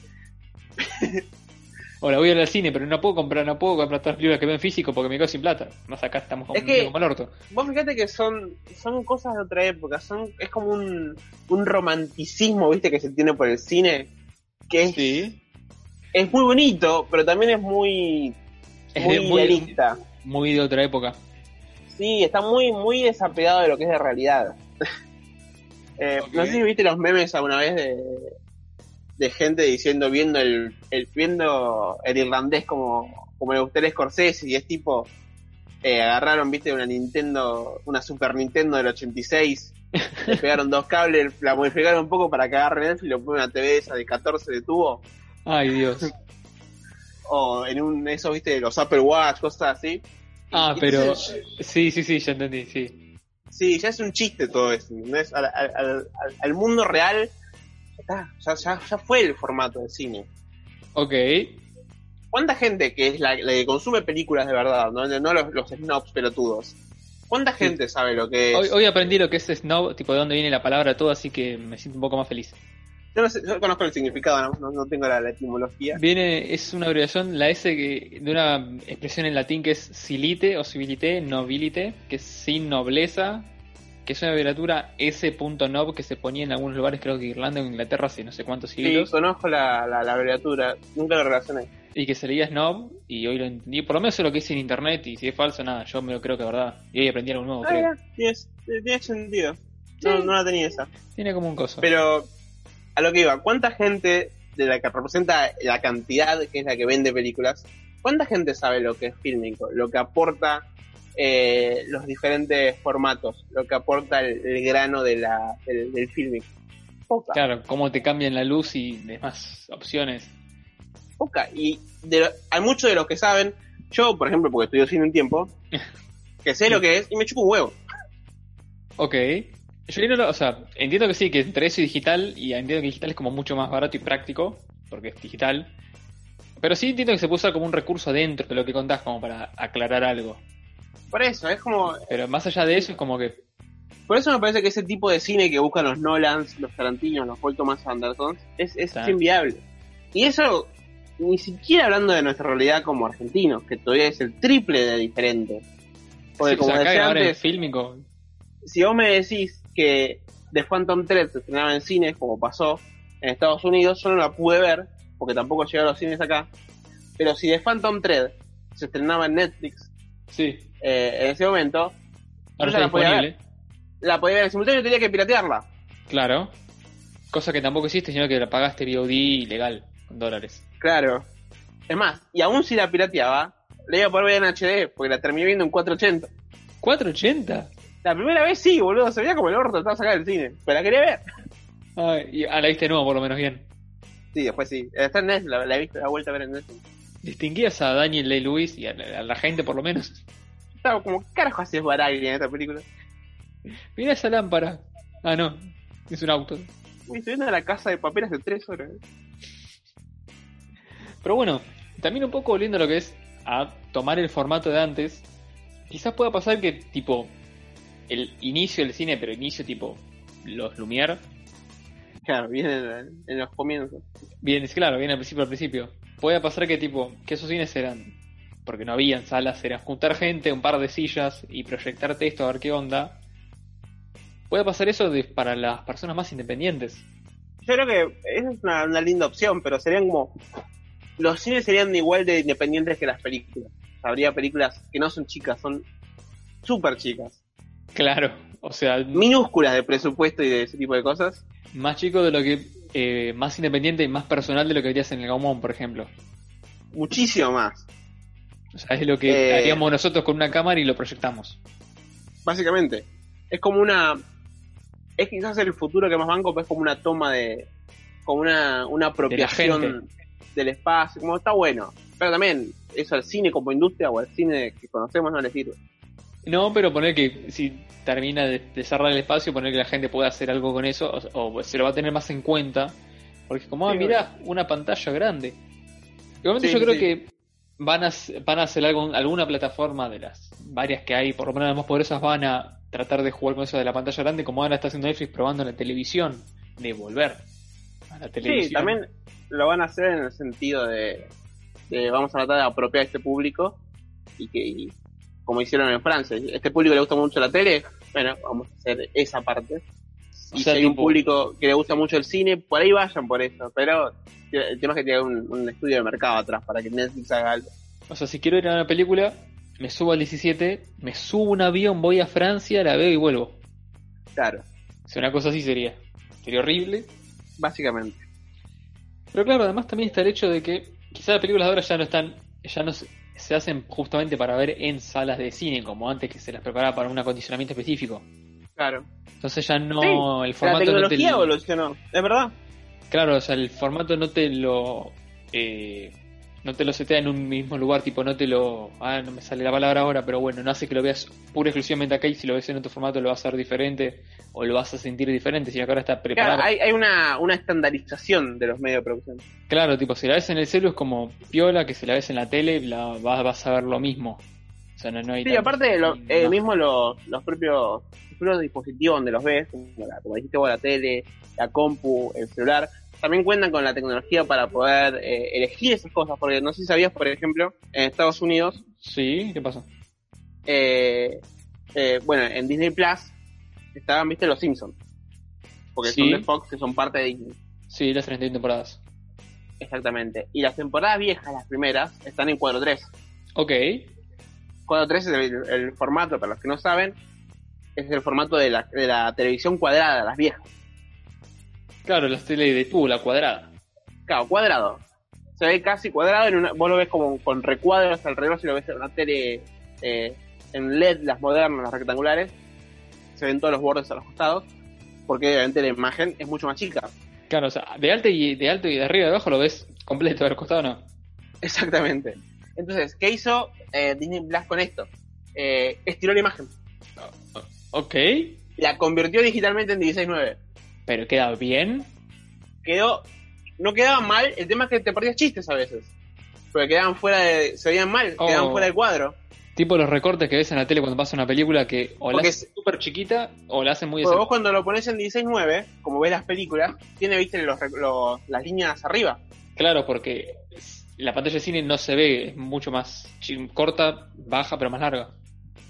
S4: Ahora voy a ir al cine, pero no puedo comprar, no puedo comprar todas las películas que veo en físico porque me quedo sin plata. Más acá estamos como,
S3: Es que-
S4: como el orto.
S3: Vos fíjate que son, son cosas de otra época, son, es como un, un romanticismo, viste, que se tiene por el cine, que es,
S4: Sí.
S3: es muy bonito, pero también es muy,
S4: Es
S3: muy,
S4: de- muy-
S3: idealista.
S4: Muy de otra época.
S3: Sí, está muy, muy desapegado de lo que es de realidad. Eh,
S4: Ok.
S3: No sé si viste los memes alguna vez de, de gente diciendo, viendo el, el, viendo el irlandés como, como le gustaría a Scorsese, y es tipo, eh, agarraron, viste, una Nintendo, una Super Nintendo del 86, le pegaron dos cables, la modificaron un poco para que agarre Netflix y lo ponen en una TV esa de 14 de tubo,
S4: Ay, Dios.
S3: o en un, eso, viste, los Apple Watch, cosas así.
S4: Ah,
S3: Y
S4: pero.
S3: entonces-
S4: Sí, sí, sí, ya entendí, sí.
S3: Sí, ya es un chiste todo eso. ¿entendés? Al, al- al- al- al mundo real ya, está, ya, ya- ya fue el formato del cine.
S4: Ok.
S3: ¿Cuánta gente que es la, la que consume películas de verdad, no, no los, los snobs pelotudos? ¿Cuánta gente sabe lo que es? eh,
S4: Hoy, hoy aprendí lo que es snob, tipo de dónde viene la palabra todo, así que me siento un poco más feliz.
S3: Yo, no sé, yo conozco el significado, no, no- no tengo la, la etimología.
S4: Viene, es una abreviación, la S que, de una expresión en latín que es silite o civilite, nobilite, que es sin nobleza, que es una abreviatura S.nob que se ponía en algunos lugares, creo que Irlanda o Inglaterra, hace no sé cuántos
S3: Sí,
S4: siglos,
S3: conozco la, la, la abreviatura, nunca la relacioné.
S4: y que se leía snob, y hoy lo entendí, por lo menos es lo que hice en internet, y si es falso, nada, yo me lo creo que es verdad, y hoy aprendí algo nuevo,
S3: Ah,
S4: creo.
S3: mira, tienes- tiene, sentido. No,
S4: Sí.
S3: no la tenía esa.
S4: Tiene como un coso.
S3: Pero a lo que iba, ¿cuánta gente de la que representa la cantidad que es la que vende películas, cuánta gente sabe lo que es fílmico, lo que aporta eh, los diferentes formatos, lo que aporta el, el grano de la, del, del fílmico? Poca,
S4: Claro, cómo te cambian la luz y demás opciones.
S3: poca. Y de, lo- hay muchos de los que saben, yo por ejemplo, porque estudio cine un tiempo, que sé lo que es y me chupo un huevo.
S4: Ok. Yo creo, o sea, entiendo que sí, que entre eso y digital, y entiendo que digital es como mucho más barato y práctico, porque es digital. Pero sí entiendo que se puede usar como un recurso dentro de lo que contás, como para aclarar algo.
S3: Por eso, es como,
S4: Pero más allá de eso, es como que.
S3: Por eso me parece que ese tipo de cine que buscan los Nolans, los Tarantinos, los Paul Thomas Anderson, es, es
S4: Claro.
S3: inviable. Y eso, ni siquiera hablando de nuestra realidad como argentinos, que todavía es el triple de diferente. Porque
S4: sí,
S3: como
S4: o sea, acá
S3: decía
S4: grabar en
S3: antes,
S4: fílmico.
S3: si vos me decís que The Phantom Thread se estrenaba en cines, como pasó en Estados Unidos, yo no la pude ver, porque tampoco llegué a los cines acá. Pero si The Phantom Thread se estrenaba en Netflix
S4: Sí,
S3: eh, en ese momento,
S4: ahora
S3: Yo
S4: está
S3: la podía
S4: disponible.
S3: la podía ver en simultáneo y tenía que piratearla.
S4: Claro. Cosa que tampoco hiciste, sino que la pagaste VOD ilegal, con dólares.
S3: Claro. Es más, y aún si la pirateaba, la iba a poder ver en HD, porque la terminé viendo en 480.
S4: ¿480?
S3: La primera vez sí, boludo, se veía como el orto, estaba sacada del cine. Pero la quería ver.
S4: Ay, y, ah, la viste nueva, por lo menos bien.
S3: Sí, después sí. Está en Netflix, la, la he visto, la he vuelto a ver en Netflix.
S4: Distinguías a Daniel Day-Lewis y a la- a la gente, por lo menos.
S3: Estaba como, ¿qué carajo haces Baraglia en esta película?
S4: Mira esa lámpara. Ah, no. Es un auto.
S3: Uy, estoy viendo la casa de papel hace tres horas.
S4: Pero bueno, también un poco volviendo a lo que es a tomar el formato de antes, quizás pueda pasar que, tipo, el inicio del cine, pero inicio tipo los Lumière,
S3: Claro, viene en, en los comienzos.
S4: bien, es claro, bien al principio, al principio. Puede pasar que, tipo, que esos cines eran, porque no habían salas, era juntar gente, un par de sillas y proyectar texto a ver qué onda. Puede pasar eso de- para las personas más independientes.
S3: Yo creo que esa es una, una linda opción, pero serían como. Los cines serían igual de independientes que las películas. Habría películas que no son chicas, son súper chicas.
S4: Claro, o sea,
S3: minúsculas de presupuesto y de ese tipo de cosas.
S4: Más chico de lo que. eh, más independiente y más personal de lo que harías en el Gaumont, por ejemplo.
S3: Muchísimo más,
S4: O sea, es lo que
S3: Eh.
S4: haríamos nosotros con una cámara y lo proyectamos.
S3: básicamente. Es como una... Es quizás el futuro que más banco, pero es como una toma de... Como una, una apropiación del espacio. Como está bueno. Pero también eso al cine como industria o al cine que conocemos no le sirve.
S4: No, pero poner que si termina de, de cerrar el espacio, poner que la gente pueda hacer algo con eso, o, o se lo va a tener más en cuenta. Porque es como, ah,
S3: Sí,
S4: mirá, una pantalla grande. Igualmente
S3: Sí,
S4: yo
S3: sí,
S4: creo
S3: sí.
S4: que van a, s- van a hacer algo, alguna plataforma de las varias que hay, por lo menos las más poderosas, van a tratar de jugar con eso de la pantalla grande, como ahora está haciendo Netflix probando en la televisión, de volver a la televisión.
S3: Sí, también lo van a hacer en el sentido de... eh, vamos a tratar de apropiar a este público y que, y como hicieron en Francia, este público le gusta mucho la tele, bueno, vamos a hacer esa parte.
S4: O
S3: Y
S4: sea,
S3: si hay un
S4: tipo-
S3: público que le gusta mucho el cine, por ahí vayan por eso, pero el tema es que tiene un, un estudio de mercado atrás para que Netflix haga algo.
S4: O sea, si quiero ir a una película, me subo al 17, me subo a un avión, voy a Francia, la veo y vuelvo.
S3: Claro,
S4: O sea, una cosa así sería. Sería horrible.
S3: básicamente.
S4: Pero claro, además también está el hecho de que quizás las películas de ahora ya no están, ya no se, se hacen justamente para ver en salas de cine, como antes que se las preparaba para un acondicionamiento específico.
S3: Claro.
S4: Entonces ya no,
S3: Sí,
S4: el
S3: La
S4: formato no te
S3: tecnología evolucionó, es verdad.
S4: Claro, o sea, el formato no te lo. eh, no te lo setea en un mismo lugar, tipo, no te lo. Ah, no me sale la palabra ahora, pero bueno, no hace que lo veas pura y exclusivamente acá y si lo ves en otro formato lo vas a ver diferente o lo vas a sentir diferente, sino que ahora está preparado.
S3: Claro,
S4: Claro,
S3: hay, hay una, una estandarización de los medios de producción.
S4: tipo, si la ves en el celu es como piola, que si la ves en la tele la, vas, vas a ver lo mismo. O sea, no, no hay.
S3: Sí,
S4: tanto-
S3: aparte, lo, eh,
S4: no.
S3: mismo los, los, propios, los propios dispositivos donde los ves, como, la- como dijiste vos, la tele, la compu, el celular, también cuentan con la tecnología para poder eh, elegir esas cosas, porque no sé si sabías, por ejemplo, en Estados Unidos,
S4: Sí, ¿qué pasó?
S3: eh, eh, bueno, en Disney Plus estaban, viste, los Simpsons, porque
S4: Sí.
S3: son de Fox, que son parte de Disney.
S4: Sí, las 31 temporadas.
S3: Exactamente. Y las temporadas viejas, las primeras, están en cuadro 3.
S4: Ok,
S3: Cuadro 3 es el, el formato, para los que no saben, es el formato de la, de la televisión cuadrada, las viejas.
S4: claro, las tele de tubo, la cuadrada.
S3: Claro, cuadrado. Se ve casi cuadrado, en una, vos lo ves como con recuadros alrededor, si lo ves en una tele eh, en LED, las modernas, las rectangulares, se ven todos los bordes a los costados, porque obviamente la imagen es mucho más chica.
S4: Claro, o sea, de alto y de alto y de arriba y de abajo lo ves completo, del costado no.
S3: Exactamente. Entonces, ¿qué hizo eh, Disney Plus con esto? Eh, estiró la imagen,
S4: Ok,
S3: la convirtió digitalmente en 16.9.
S4: pero queda bien.
S3: quedó, no quedaba mal, el tema es que te perdías chistes a veces. Porque quedaban fuera de, se veían mal,
S4: Oh.
S3: quedaban fuera del cuadro.
S4: Tipo los recortes que ves en la tele cuando pasa una película que o la
S3: Porque
S4: hacen súper chiquita o la hacen muy
S3: Porque vos
S4: exacta.
S3: cuando lo pones en 16.9, como ves las películas, tiene, viste, los, rec- los- las líneas arriba.
S4: Claro, porque la pantalla de cine no se ve, es mucho más chi- corta, baja, pero más larga.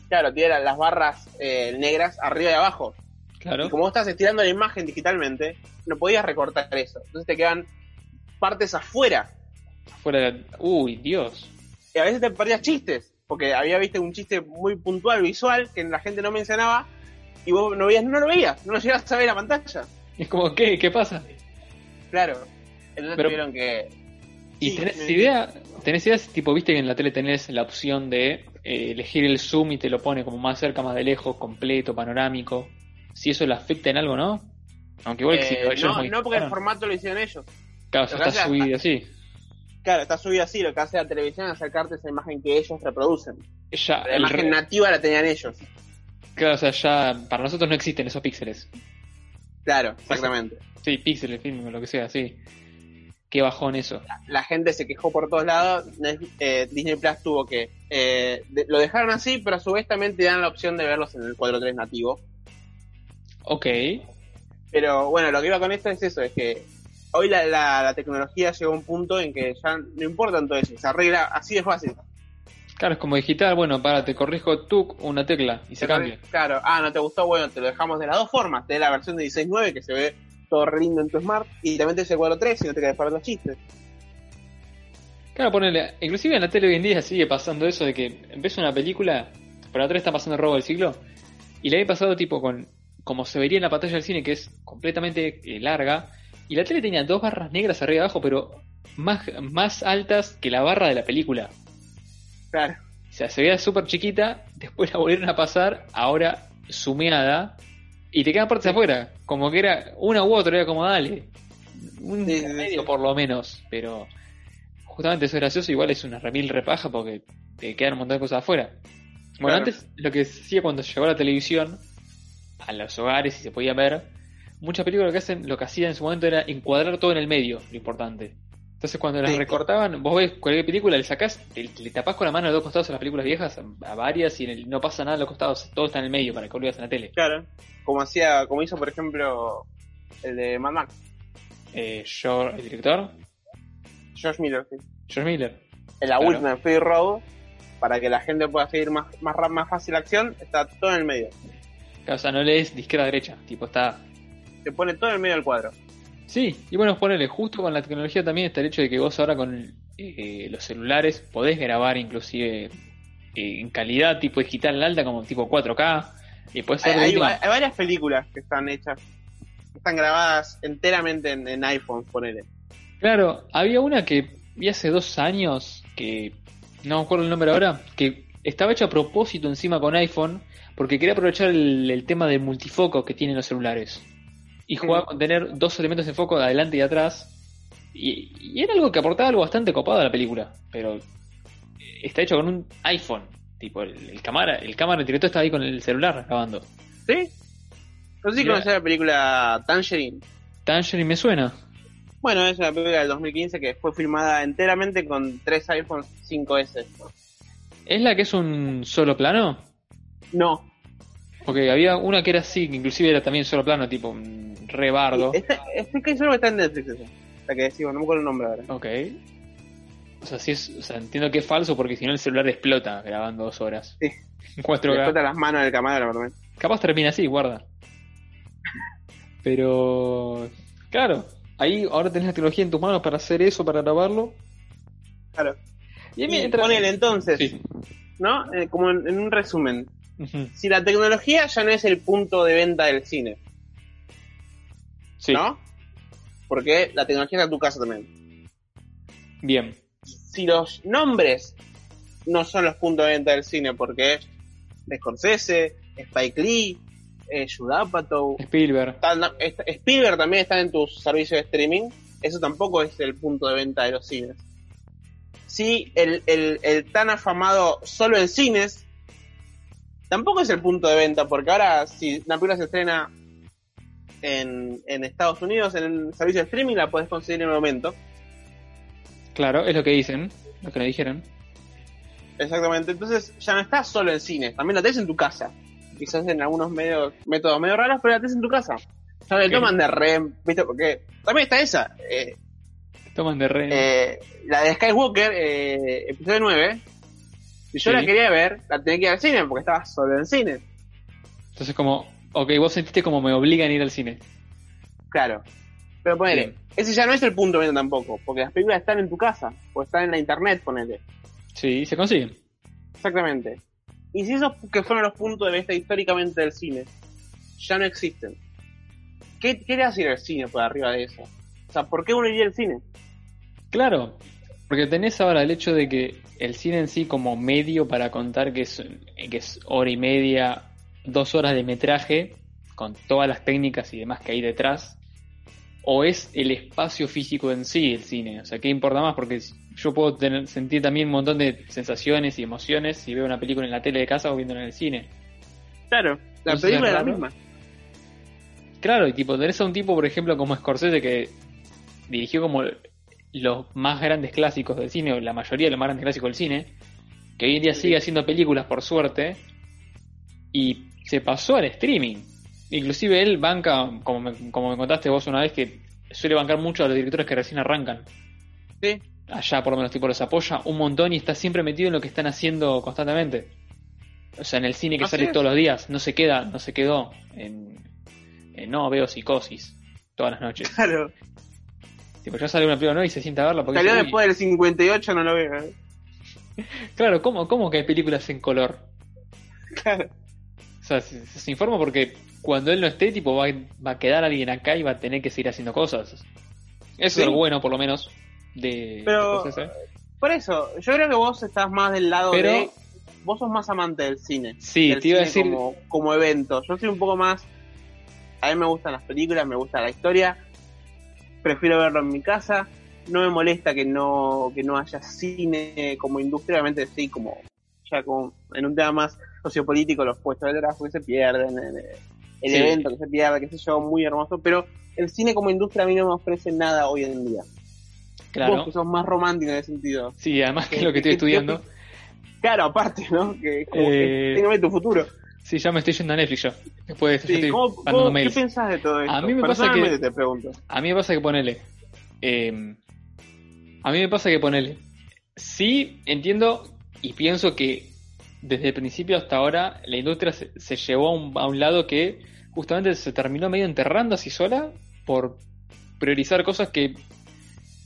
S3: Claro, tiene la- las barras eh, negras arriba y abajo.
S4: Claro.
S3: Y como vos estás estirando la imagen digitalmente, no podías recortar eso. Entonces te quedan partes afuera.
S4: Fuera de la- Uy, Dios.
S3: Y a veces te perdías chistes. Porque había, viste, un chiste muy puntual, visual, que la gente no mencionaba. Y vos no, veías, no lo veías, no lo llegabas a ver en la pantalla.
S4: Es como, ¿qué? ¿Qué pasa?
S3: Claro. Entonces
S4: Pero-
S3: tuvieron que.
S4: ¿Y
S3: Sí,
S4: tenés
S3: me-
S4: idea? ¿Tenés idea? si, Tipo, viste que en la tele tenés la opción de eh, elegir el zoom y te lo pone como más cerca, más de lejos, completo, panorámico. Si eso le afecta en algo, ¿no? Aunque igual que si
S3: eh,
S4: lo de ellos es
S3: no,
S4: muy-
S3: no porque el
S4: Ah,
S3: formato lo hicieron ellos.
S4: Claro, ya
S3: lo que
S4: está
S3: hace-
S4: subido así.
S3: Claro, está subido así. Lo que hace la televisión es acercarte a esa imagen que ellos reproducen.
S4: Ya,
S3: La
S4: el
S3: imagen
S4: re-
S3: nativa la tenían ellos.
S4: Claro, o sea, ya para nosotros no existen esos píxeles.
S3: Claro, exactamente.
S4: Sí, píxeles, film, lo que sea, sí. Qué bajón eso.
S3: La gente se quejó por todos lados. Netflix- eh, Disney Plus tuvo que. eh, de- lo dejaron así, pero a su vez también te dan la opción de verlos en el 4.3 nativo.
S4: Ok,
S3: Pero bueno, lo que iba con esto es eso: es que hoy la, la- la tecnología llegó a un punto en que ya no importa todo eso. Se arregla así de fácil.
S4: claro, es como digital, bueno, para, te corrijo tú una tecla y se cambia.
S3: Claro, ah, no te gustó, bueno, te lo dejamos de las dos formas. Te da la versión de 16.9 que se ve todo re lindo en tu Smart y también te dice cuadro 3 y no te quedas para los chistes.
S4: Claro, ponele, inclusive en la tele hoy en día sigue pasando eso de que ves una película, por atrás está pasando el robo del siglo, y la he pasado tipo con, como se vería en la pantalla del cine, que es completamente eh, larga, y la tele tenía dos barras negras arriba y abajo, pero más, más altas que la barra de la película.
S3: Claro,
S4: O sea, se veía súper chiquita, después la volvieron a pasar, ahora sumeada, y te quedan partes afuera. Como que era una u otra, era como dale. Un
S3: Sí, sí,
S4: medio
S3: sí.
S4: por lo menos, pero justamente eso es gracioso, igual es una remil repaja porque te quedan un montón de cosas afuera.
S3: Claro.
S4: Bueno, antes lo que se hacía cuando llegó la televisión a los hogares y se podía ver, muchas películas lo que hacen, lo que hacían en su momento era encuadrar todo en el medio, lo importante. Entonces cuando las
S3: Sí.
S4: recortaban, vos ves cualquier película, le sacás, te- le tapás con la mano a los dos costados a las películas viejas, a varias, y en el- no pasa nada a los costados, todo está en el medio para que olvidas en la tele.
S3: claro. Como hacía, como hizo por ejemplo el de Mad Max,
S4: Eh, George- el director,
S3: George Miller. sí.
S4: George Miller.
S3: En la
S4: Claro.
S3: última, en Fury Road, para que la gente pueda seguir más, más, ra- más fácil la acción, está todo en el medio.
S4: O sea, no lees de izquierda a derecha, tipo está...
S3: Se pone todo en el medio del cuadro.
S4: Sí, y bueno, ponele, justo con la tecnología también está el hecho de que vos ahora con eh, los celulares podés grabar inclusive eh, en calidad tipo digital alta, como tipo 4K, y podés
S3: Hay,
S4: hacer de
S3: hay
S4: última-
S3: va- hay varias películas que están hechas, que están grabadas enteramente en, en iPhone, ponele.
S4: Claro, había una que vi hace dos años, que no me acuerdo el nombre ahora, que estaba hecha a propósito encima con iPhone, porque quería aprovechar el, el tema del multifoco que tienen los celulares. Y jugaba con tener dos elementos de foco de adelante y de atrás. Y, y era algo que aportaba algo bastante copado a la película, pero eh, está hecho con un iPhone. Tipo, el, el cámara, el cámara en directo estaba ahí con el celular grabando.
S3: ¿Sí? No sé si
S4: Mira.
S3: conocés la película Tangerine.
S4: Tangerine me suena.
S3: Bueno, es una película del 2015 que fue filmada enteramente con tres iPhones 5S.
S4: ¿Es la que es un solo plano?
S3: No,
S4: Porque había una que era así, que inclusive era también solo plano, tipo mm, un rebardo.
S3: este, este que solo está en Netflix, esa. la que decimos, no me acuerdo el nombre ahora.
S4: Ok. O sea, sí es, o sea, entiendo que es falso porque si no el celular explota grabando dos horas.
S3: Sí.
S4: En 4K.
S3: Le explota las manos del camarero, también.
S4: Capaz termina así, guarda. Pero. Claro, ahí ahora tenés la tecnología en tus manos para hacer eso, para grabarlo.
S3: Claro.
S4: Y,
S3: Y
S4: mientras-
S3: ponele entonces,
S4: Sí.
S3: ¿no? Eh, como en, en un resumen.
S4: Ujú.
S3: Si la tecnología ya no es el punto de venta del cine,
S4: Sí.
S3: ¿no? Porque la tecnología está en tu casa también.
S4: Bien.
S3: Si los nombres no son los puntos de venta del cine, porque es Scorsese, Spike Lee, eh, Judapato,
S4: Spielberg.
S3: Tan- est- Spielberg también está en tus servicios de streaming. Eso tampoco es el punto de venta de los cines. Sí, el, el- el tan afamado solo en cines tampoco es el punto de venta, porque ahora si la película se estrena en, en Estados Unidos, en el servicio de streaming la puedes conseguir en un momento.
S4: Claro, es lo que dicen. Lo que nos dijeron.
S3: Exactamente. Entonces ya no estás solo en cines, también la tenés en tu casa. Quizás en algunos medios, métodos medio raros, pero la tenés en tu casa. Ya le
S4: Ok.
S3: toman de rem, ¿viste? Porque también está esa. eh,
S4: Toman de rehén.
S3: Eh, la de Skywalker, eh, episodio 9, si yo
S4: Sí.
S3: la quería ver, la tenía que ir al cine porque estaba solo en cine.
S4: Entonces, como. Ok, vos sentiste como me obligan a ir al cine.
S3: Claro. Pero ponele,
S4: Bien.
S3: ese ya no es el punto de venta tampoco, porque las películas están en tu casa, o están en la internet, ponele.
S4: Sí, se consiguen.
S3: Exactamente. Y si esos que fueron los puntos de vista históricamente del cine, ya no existen. ¿Qué, qué le hace ir al cine por arriba de eso? O sea, ¿por qué uno iría al cine?
S4: Claro, porque tenés ahora el hecho de que el cine en sí como medio para contar que es, que es hora y media, dos horas de metraje, con todas las técnicas y demás que hay detrás, o es el espacio físico en sí el cine. O sea, ¿qué importa más? Porque yo puedo tener, sentir también un montón de sensaciones y emociones si veo una película en la tele de casa o viéndola en el cine.
S3: Claro, la
S4: Entonces es
S3: película es la
S4: raro.
S3: misma.
S4: Claro, y tipo, tenés a un tipo, por ejemplo, como Scorsese, que dirigió como los más grandes clásicos del cine, o la mayoría de los más grandes clásicos del cine, que hoy en día sigue haciendo películas, por suerte, y se pasó al streaming. Inclusive él banca, como me, como me contaste vos una vez, que suele bancar mucho a los directores que recién arrancan.
S3: Sí.
S4: Allá por lo menos tipo los apoya un montón y está siempre metido en lo que están haciendo constantemente. O sea, en el cine que
S3: Así
S4: sale
S3: es.
S4: todos los días, no se queda, no se quedó en, en no veo psicosis todas las noches.
S3: Claro.
S4: tipo, ya sale una película nueva y se sienta a verla porque
S3: Salió
S4: dice, "Uy,
S3: después del 58, no lo veo. ¿eh?
S4: claro, ¿cómo, ¿cómo que hay películas en color?
S3: Claro.
S4: O sea, se, se informa porque cuando él no esté, tipo, va, va a quedar alguien acá y va a tener que seguir haciendo cosas. Eso
S3: Sí.
S4: es lo bueno, por lo menos, de...
S3: Pero-
S4: de ¿eh? Scorsese.
S3: Por eso, yo creo que vos estás más del lado
S4: Pero-
S3: de. Vos sos más amante del cine.
S4: Sí,
S3: del
S4: te iba a
S3: cine
S4: decir-
S3: Como, como evento. Yo soy un poco más. A mí me gustan las películas, me gusta la historia. Prefiero verlo en mi casa. No me molesta que no, que no haya cine como industria, obviamente sí, como. Ya como en un tema más sociopolítico, los puestos de trabajo que se pierden, el, el
S4: Sí.
S3: evento que se pierde, qué sé yo, muy hermoso. Pero el cine como industria a mí no me ofrece nada hoy en día. Vos
S4: Claro.
S3: que sos más romántico en ese sentido.
S4: Sí, además que es lo que
S3: Eh,
S4: estoy estudiando.
S3: Claro, aparte, ¿no? Que como
S4: Eh,
S3: que téngame tu futuro.
S4: Sí, ya me estoy yendo a Netflix ya. Después de esto,
S3: Sí,
S4: yo estoy
S3: ¿cómo-
S4: mandando
S3: cómo- ¿Qué
S4: mails.
S3: pensás de todo esto?
S4: A mí me pasa
S3: Personalmente
S4: que-
S3: te pregunto.
S4: em, A mí me pasa que ponele. eh, a mí me pasa que ponele. sí entiendo y pienso que desde el principio hasta ahora la industria se, se llevó a un, a un lado que justamente se terminó medio enterrando así sola por priorizar cosas que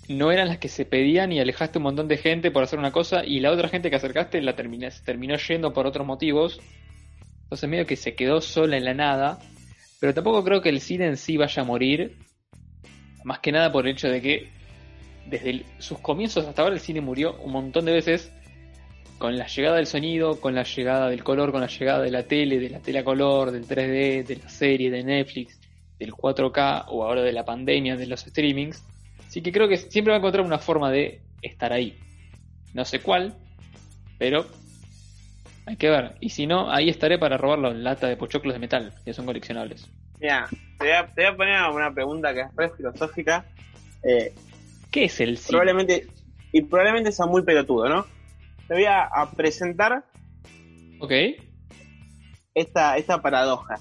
S4: no eran las que se pedían y alejaste un montón de gente por hacer una cosa y la otra gente que acercaste la terminé- se terminó yendo por otros motivos. Entonces medio que se quedó sola en la nada. Pero tampoco creo que el cine en sí vaya a morir. Más que nada por el hecho de que desde el- sus comienzos hasta ahora el cine murió un montón de veces. Con la llegada del sonido, con la llegada del color, con la llegada de la tele, de la tele a color, del 3D, de la serie, de Netflix, del 4K o ahora de la pandemia, de los streamings. Así que creo que siempre va a encontrar una forma de estar ahí. No sé cuál, pero hay que ver. Y si no, ahí estaré para robar la lata de pochoclos de metal, que son coleccionables.
S3: Mira, te voy, a, te voy a poner una pregunta que es re filosófica. Eh,
S4: ¿Qué es el cine?
S3: Probablemente, y probablemente sea muy pelotudo, ¿no? Te voy a, a presentar
S4: Ok,
S3: esta, esta paradoja.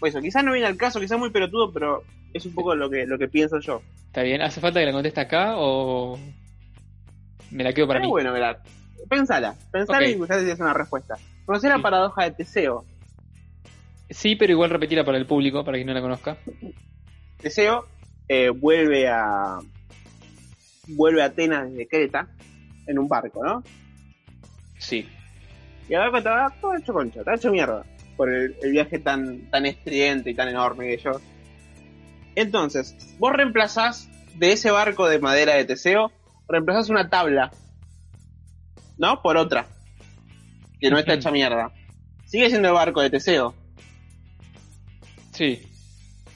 S3: Por eso, quizás no viene al caso, quizás muy pelotudo, pero es un poco lo que, lo que pienso yo.
S4: está bien. ¿Hace falta que la conteste acá o me la quedo para
S3: Pero Ah,
S4: mí?
S3: bueno, mirá, pensala, pensala
S4: Ok.
S3: y quizás tienes una respuesta. Conocer la
S4: Sí.
S3: paradoja de Teseo.
S4: Sí, pero igual repetirla para el público, para quien no la conozca.
S3: Teseo eh, vuelve a vuelve a Atenas desde Creta en un barco, ¿no?
S4: Sí.
S3: Y el barco estaba ah, todo hecho concha, estaba hecho mierda por el, el viaje tan, tan estridente y tan enorme que yo. Entonces, vos reemplazás de ese barco de madera de Teseo, reemplazás una tabla, ¿no? Por otra, que no está
S4: Ujú.
S3: hecha mierda. Sigue siendo el barco de Teseo.
S4: Sí.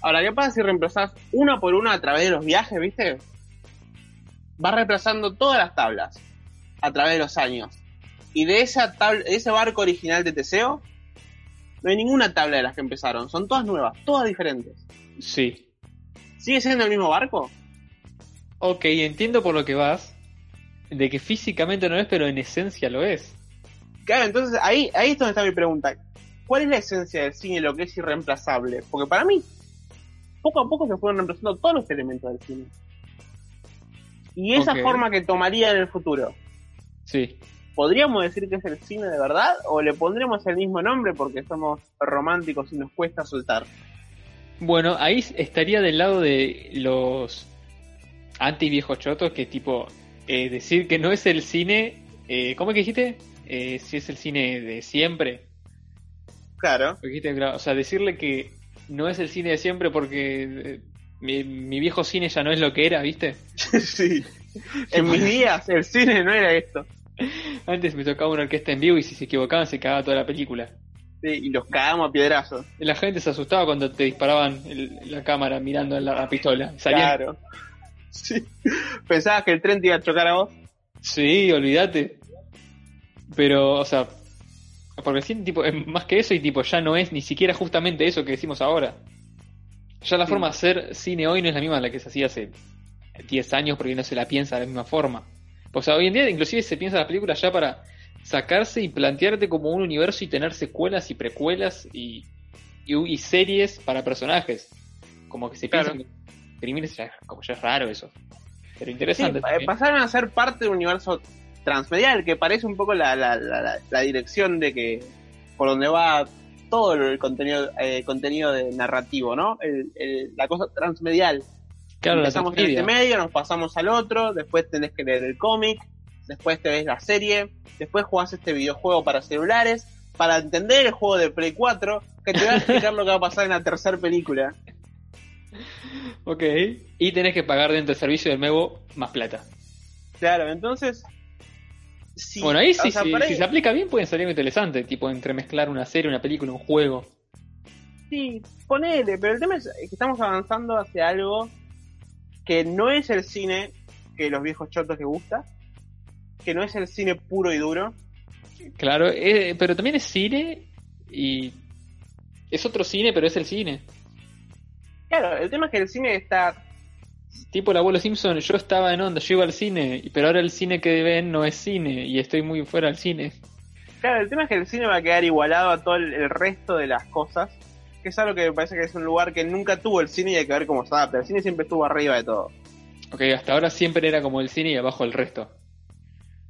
S3: Ahora, ¿qué pasa si reemplazás una por una a través de los viajes, viste? Vas reemplazando todas las tablas a través de los años. Y de esa tabla, de ese barco original de Teseo, no hay ninguna tabla de las que empezaron. Son todas nuevas, todas diferentes.
S4: Sí.
S3: ¿Sigue siendo el mismo barco?
S4: Ok, entiendo por lo que vas. De que físicamente no es, pero en esencia lo es.
S3: Claro, entonces ahí, ahí es donde está mi pregunta. ¿Cuál es la esencia del cine, lo que es irreemplazable? Porque para mí, poco a poco se fueron reemplazando todos los elementos del cine. Y esa
S4: Ok.
S3: forma que tomaría en el futuro.
S4: Sí.
S3: ¿podríamos decir que es el cine de verdad? ¿O le pondremos el mismo nombre porque somos románticos y nos cuesta soltar?
S4: Bueno, ahí estaría del lado de los anti viejos chotos que tipo eh, decir que no es el cine, eh, ¿cómo es que dijiste? Eh, si es el cine de siempre.
S3: Claro.
S4: Dijiste, claro, O sea, decirle que no es el cine de siempre porque eh, mi, mi viejo cine ya no es lo que era, ¿viste?
S3: sí. En mis días el cine no era esto.
S4: Antes me tocaba una orquesta en vivo y si se equivocaban se cagaba toda la película.
S3: Sí, y los cagamos a piedrazos.
S4: La gente se asustaba cuando te disparaban el- la cámara mirando la, la pistola. Salían-
S3: Claro. Sí. ¿Pensabas que el tren te iba a chocar a vos?
S4: Sí, olvídate. Pero, o sea, porque el cine tipo, es más que eso y tipo ya no es ni siquiera justamente eso que decimos ahora. Ya la
S3: Sí.
S4: forma de hacer cine hoy no es la misma a la que se hacía hace 10 años porque no se la piensa de la misma forma. O sea, hoy en día inclusive se piensa las películas ya para sacarse y plantearte como un universo y tener secuelas y precuelas y, y, y series para personajes. Como que se piensa
S3: Claro.
S4: que crímenes ya, como ya es raro eso. Pero
S3: Sí,
S4: interesante.
S3: eh,
S4: también.
S3: pasaron a ser parte del universo transmedial, que parece un poco la, la- la- la- la dirección de que por donde va todo el contenido eh, contenido de narrativo, ¿no? El- el- la cosa transmedial.
S4: Claro, la
S3: Empezamos en
S4: transmedia.
S3: este medio, nos pasamos al otro, después tenés que leer el cómic, después te ves la serie, después jugás este videojuego para celulares, para entender el juego de Play 4, que te va a explicar lo que va a pasar en la tercera película.
S4: Ok. Y tenés que pagar dentro del servicio del nuevo más plata.
S3: Claro, entonces... si-
S4: bueno, ahí
S3: o
S4: sí,
S3: sea,
S4: sí,
S3: por ahí-
S4: si se aplica bien pueden salir algo interesante, tipo entremezclar una serie, una película, un juego.
S3: Sí, ponele, pero el tema es que estamos avanzando hacia algo que no es el cine que los viejos chotos les gusta, que no es el cine puro y duro.
S4: Claro, eh, pero también es cine y es otro cine, pero es el cine.
S3: Claro, el tema es que el cine está...
S4: Tipo el abuelo Simpson, yo estaba en onda, yo iba al cine, y- pero ahora el cine que ven no es cine y estoy muy fuera del cine.
S3: Claro, el tema es que el cine va a quedar igualado a todo el, el resto de las cosas, que es algo que me parece que es un lugar que nunca tuvo el cine y hay que ver cómo se adapta. El cine siempre estuvo arriba de todo.
S4: Ok, hasta ahora siempre era como el cine y abajo el resto.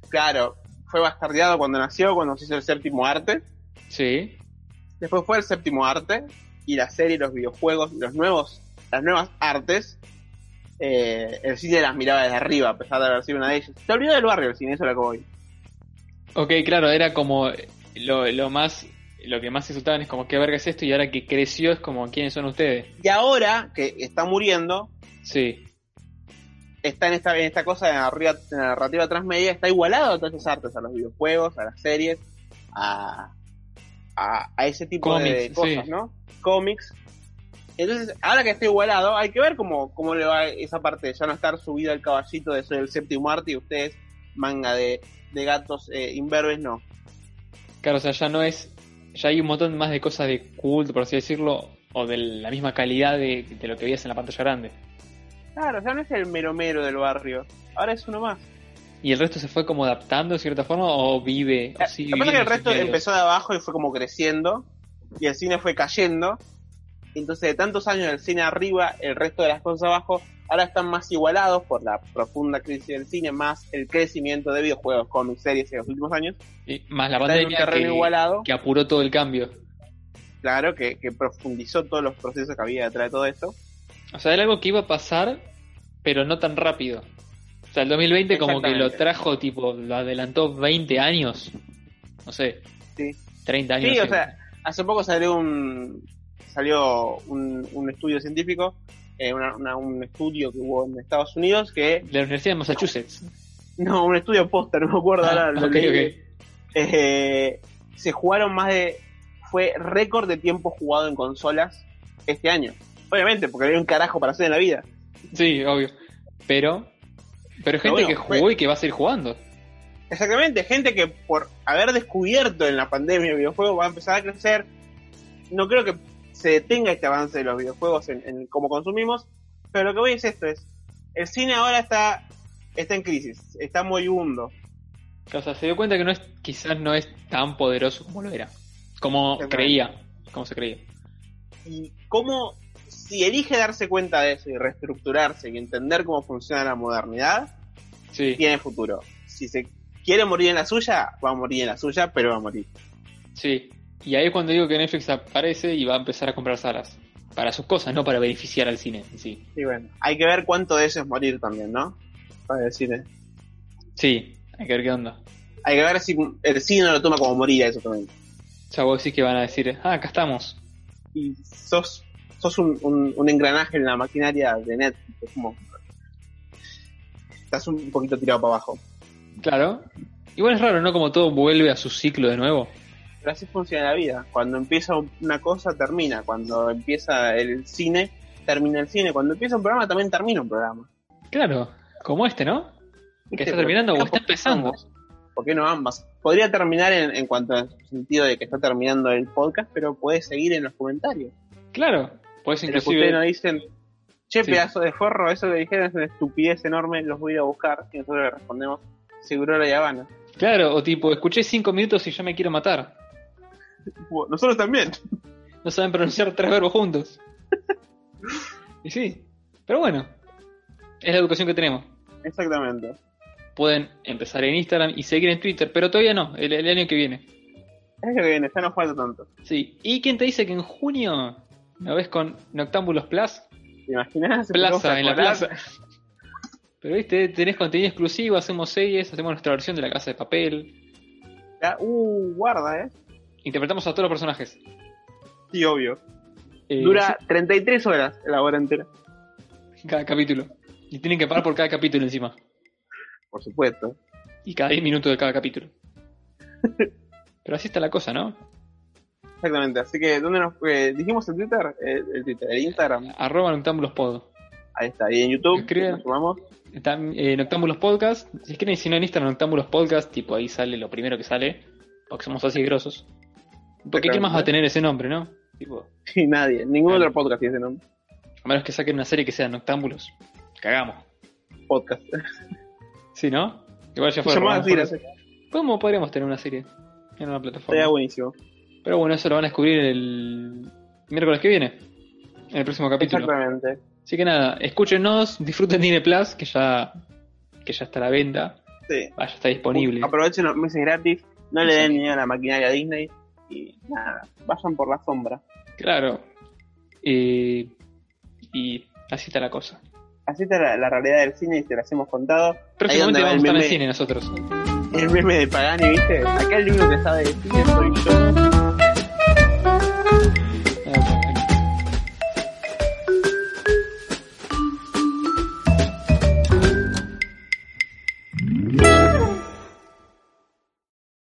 S3: claro, fue bastardeado cuando nació, cuando se hizo el séptimo arte.
S4: Sí.
S3: Después fue el séptimo arte y la serie, los videojuegos, los nuevos, las nuevas artes. eh, el cine las miraba desde arriba, a pesar de haber sido una de ellas. Se olvidó del barrio el cine, eso era como hoy.
S4: Ok, claro, era como lo, lo más. Lo que más se insultaban es como qué verga es esto y ahora que creció es como quiénes son ustedes.
S3: Y ahora que está muriendo,
S4: Sí.
S3: está en esta, en esta cosa de narrativa, de narrativa transmedia, está igualado a todas esas artes, a los videojuegos, a las series, a, a, a ese tipo de
S4: Cómics,
S3: cosas,
S4: sí.
S3: ¿no? Cómics. Entonces, ahora que está igualado, hay que ver cómo, cómo le va esa parte de ya no estar subido al caballito de soy el séptimo arte y ustedes, manga de, de gatos eh, imberbes, no.
S4: Claro, o sea, ya no es. Ya hay un montón más de cosas de culto, por así decirlo, o de la misma calidad de, de lo que veías en la pantalla grande.
S3: Claro, ya no es el meromero del barrio, ahora es uno más.
S4: ¿Y el resto se fue como adaptando de cierta forma o vive? O
S3: La-
S4: sigue
S3: Lo Eh, que pasa es que el
S4: viviendo
S3: resto
S4: sus medios?
S3: empezó de abajo y fue como creciendo. Y el cine fue cayendo. Entonces, de tantos años del cine arriba, el resto de las cosas abajo, ahora están más igualados por la profunda crisis del cine, más el crecimiento de videojuegos, cómics, series en los últimos años.
S4: Y más
S3: Está
S4: la
S3: en un
S4: pandemia
S3: terreno
S4: que,
S3: igualado,
S4: que apuró todo el cambio.
S3: claro, que, que profundizó todos los procesos que había detrás de todo esto.
S4: O sea, era algo que iba a pasar, pero no tan rápido. O sea, el 2020 como que lo
S3: Exactamente.
S4: trajo, tipo, lo adelantó 20 años. No sé.
S3: Sí.
S4: 30 años.
S3: Sí,
S4: no
S3: o
S4: sé.
S3: sea, hace poco salió un salió un, un estudio científico, eh, una- una- un estudio que hubo en Estados Unidos que
S4: De la Universidad de Massachusetts.
S3: No, un estudio posta, no me acuerdo ahora.
S4: Ah,
S3: lo
S4: ok,
S3: leí.
S4: ok.
S3: Eh, se jugaron más de. Fue récord de tiempo jugado en consolas este año. Obviamente, porque había un carajo para hacer en la vida.
S4: Sí, obvio. Pero... Pero hay
S3: Pero
S4: gente
S3: bueno,
S4: que jugó y que va a seguir jugando.
S3: Exactamente, gente que por haber descubierto en la pandemia el videojuego va a empezar a crecer. No creo que se detenga este avance de los videojuegos en, en cómo consumimos, pero lo que voy es esto: es el cine ahora está, está en crisis, está moribundo.
S4: O sea, se dio cuenta que no es, quizás no es tan poderoso como lo era. Como
S3: Exactamente.
S4: creía. Como se creía.
S3: y cómo si elige darse cuenta de eso y reestructurarse y entender cómo funciona la modernidad,
S4: Sí.
S3: tiene futuro. Si se quiere morir en la suya, va a morir en la suya, pero va a morir.
S4: Sí, y ahí es cuando digo que Netflix aparece y va a empezar a comprar salas. Para sus cosas, no para beneficiar al cine en sí.
S3: Y bueno, hay que ver cuánto de eso es morir también, ¿no? Para el cine.
S4: Sí, hay que ver qué onda.
S3: Hay que ver si el cine no lo toma como morir a eso también.
S4: O sea, vos decís que van a decir, ah, acá estamos.
S3: Y sos, sos un, un- un engranaje en la maquinaria de Netflix. es como- Estás un poquito tirado para abajo.
S4: Claro. Igual es raro, ¿no? Como todo vuelve a su ciclo de nuevo.
S3: Pero así funciona la vida. Cuando empieza una cosa, termina. Cuando empieza el cine, termina el cine. Cuando empieza un programa, también termina un programa.
S4: Claro, como este, ¿no? Que
S3: ¿Viste?
S4: está terminando o
S3: ¿Por qué
S4: está
S3: no
S4: empezando.
S3: ambas? ¿Por qué no ambas? Podría terminar en, en cuanto al sentido de que está terminando el podcast, pero puedes seguir en los comentarios.
S4: Claro, puedes
S3: En los que ustedes
S4: inclusive...
S3: nos dicen, che,
S4: Sí.
S3: pedazo de forro, eso que dijeron es una estupidez enorme, los voy a ir a buscar. Y nosotros le respondemos, seguro la Habana.
S4: Claro, o tipo, escuché cinco minutos y ya me quiero matar.
S3: Nosotros también.
S4: No saben pronunciar tres verbos juntos. y sí, pero bueno, es la educación que tenemos.
S3: Exactamente.
S4: pueden empezar en Instagram y seguir en Twitter, pero todavía no, el, el año que viene.
S3: Es lo que viene, ya no falta tanto.
S4: Sí. ¿Y quién te dice que en junio nos ves con Noctámbulos Plus?
S3: ¿Te imaginas?
S4: Plaza, en la
S3: Podemos
S4: plaza. Pero viste, tenés contenido exclusivo, hacemos series, hacemos nuestra versión de la casa de papel,
S3: Ya, Uh, guarda, eh.
S4: interpretamos a todos los personajes.
S3: Sí, obvio.
S4: Eh,
S3: Dura 33 horas la hora entera.
S4: sí, cada capítulo. Y tienen que pagar por cada capítulo encima.
S3: Por supuesto.
S4: Y cada 10 minutos de cada capítulo. Pero así está la cosa, ¿no?
S3: Exactamente. Así que, ¿dónde nos eh, dijimos el Twitter? Eh, el Twitter, el Instagram.
S4: Arroba Noctámbulos Pod.
S3: Ahí está. Y en YouTube,
S4: Escribe.
S3: nos sumamos.
S4: Tam- eh, Noctámbulos Podcast. Si quieren, si no en Instagram, Noctámbulos Podcast, tipo ahí sale lo primero que sale. Porque somos así grosos. Porque ¿quién más va a tener ese nombre, no? Tipo,
S3: Y nadie. Ningún
S4: Ah.
S3: otro podcast tiene ese nombre.
S4: a menos que saquen una serie que sea Noctámbulos. Cagamos.
S3: Podcast.
S4: ¿Sí, no? Igual ya
S3: Se
S4: fue.
S3: llama
S4: robamos
S3: así,
S4: por-
S3: así.
S4: ¿Cómo podríamos tener una serie en una
S3: eh. Estaría
S4: plataforma?
S3: buenísimo.
S4: Pero bueno, eso lo van a descubrir el miércoles que viene. En el próximo capítulo.
S3: Exactamente.
S4: Así que nada, escúchenos, disfruten Cine Plus, que ya, que ya está a la venta.
S3: Sí. Uh,
S4: Vaya, está disponible.
S3: Aprovechen los meses gratis, no le
S4: Sí.
S3: den miedo a la maquinaria Disney y nada, vayan por la sombra.
S4: Claro. Eh, y así está la cosa.
S3: Así está la, la realidad del cine y te las hemos contado. Ahí
S4: Próximamente
S3: donde va
S4: vamos a
S3: el
S4: estar en
S3: meme,
S4: el cine nosotros.
S3: el meme de Pagani, ¿viste? Acá el único que sabe de cine soy yo.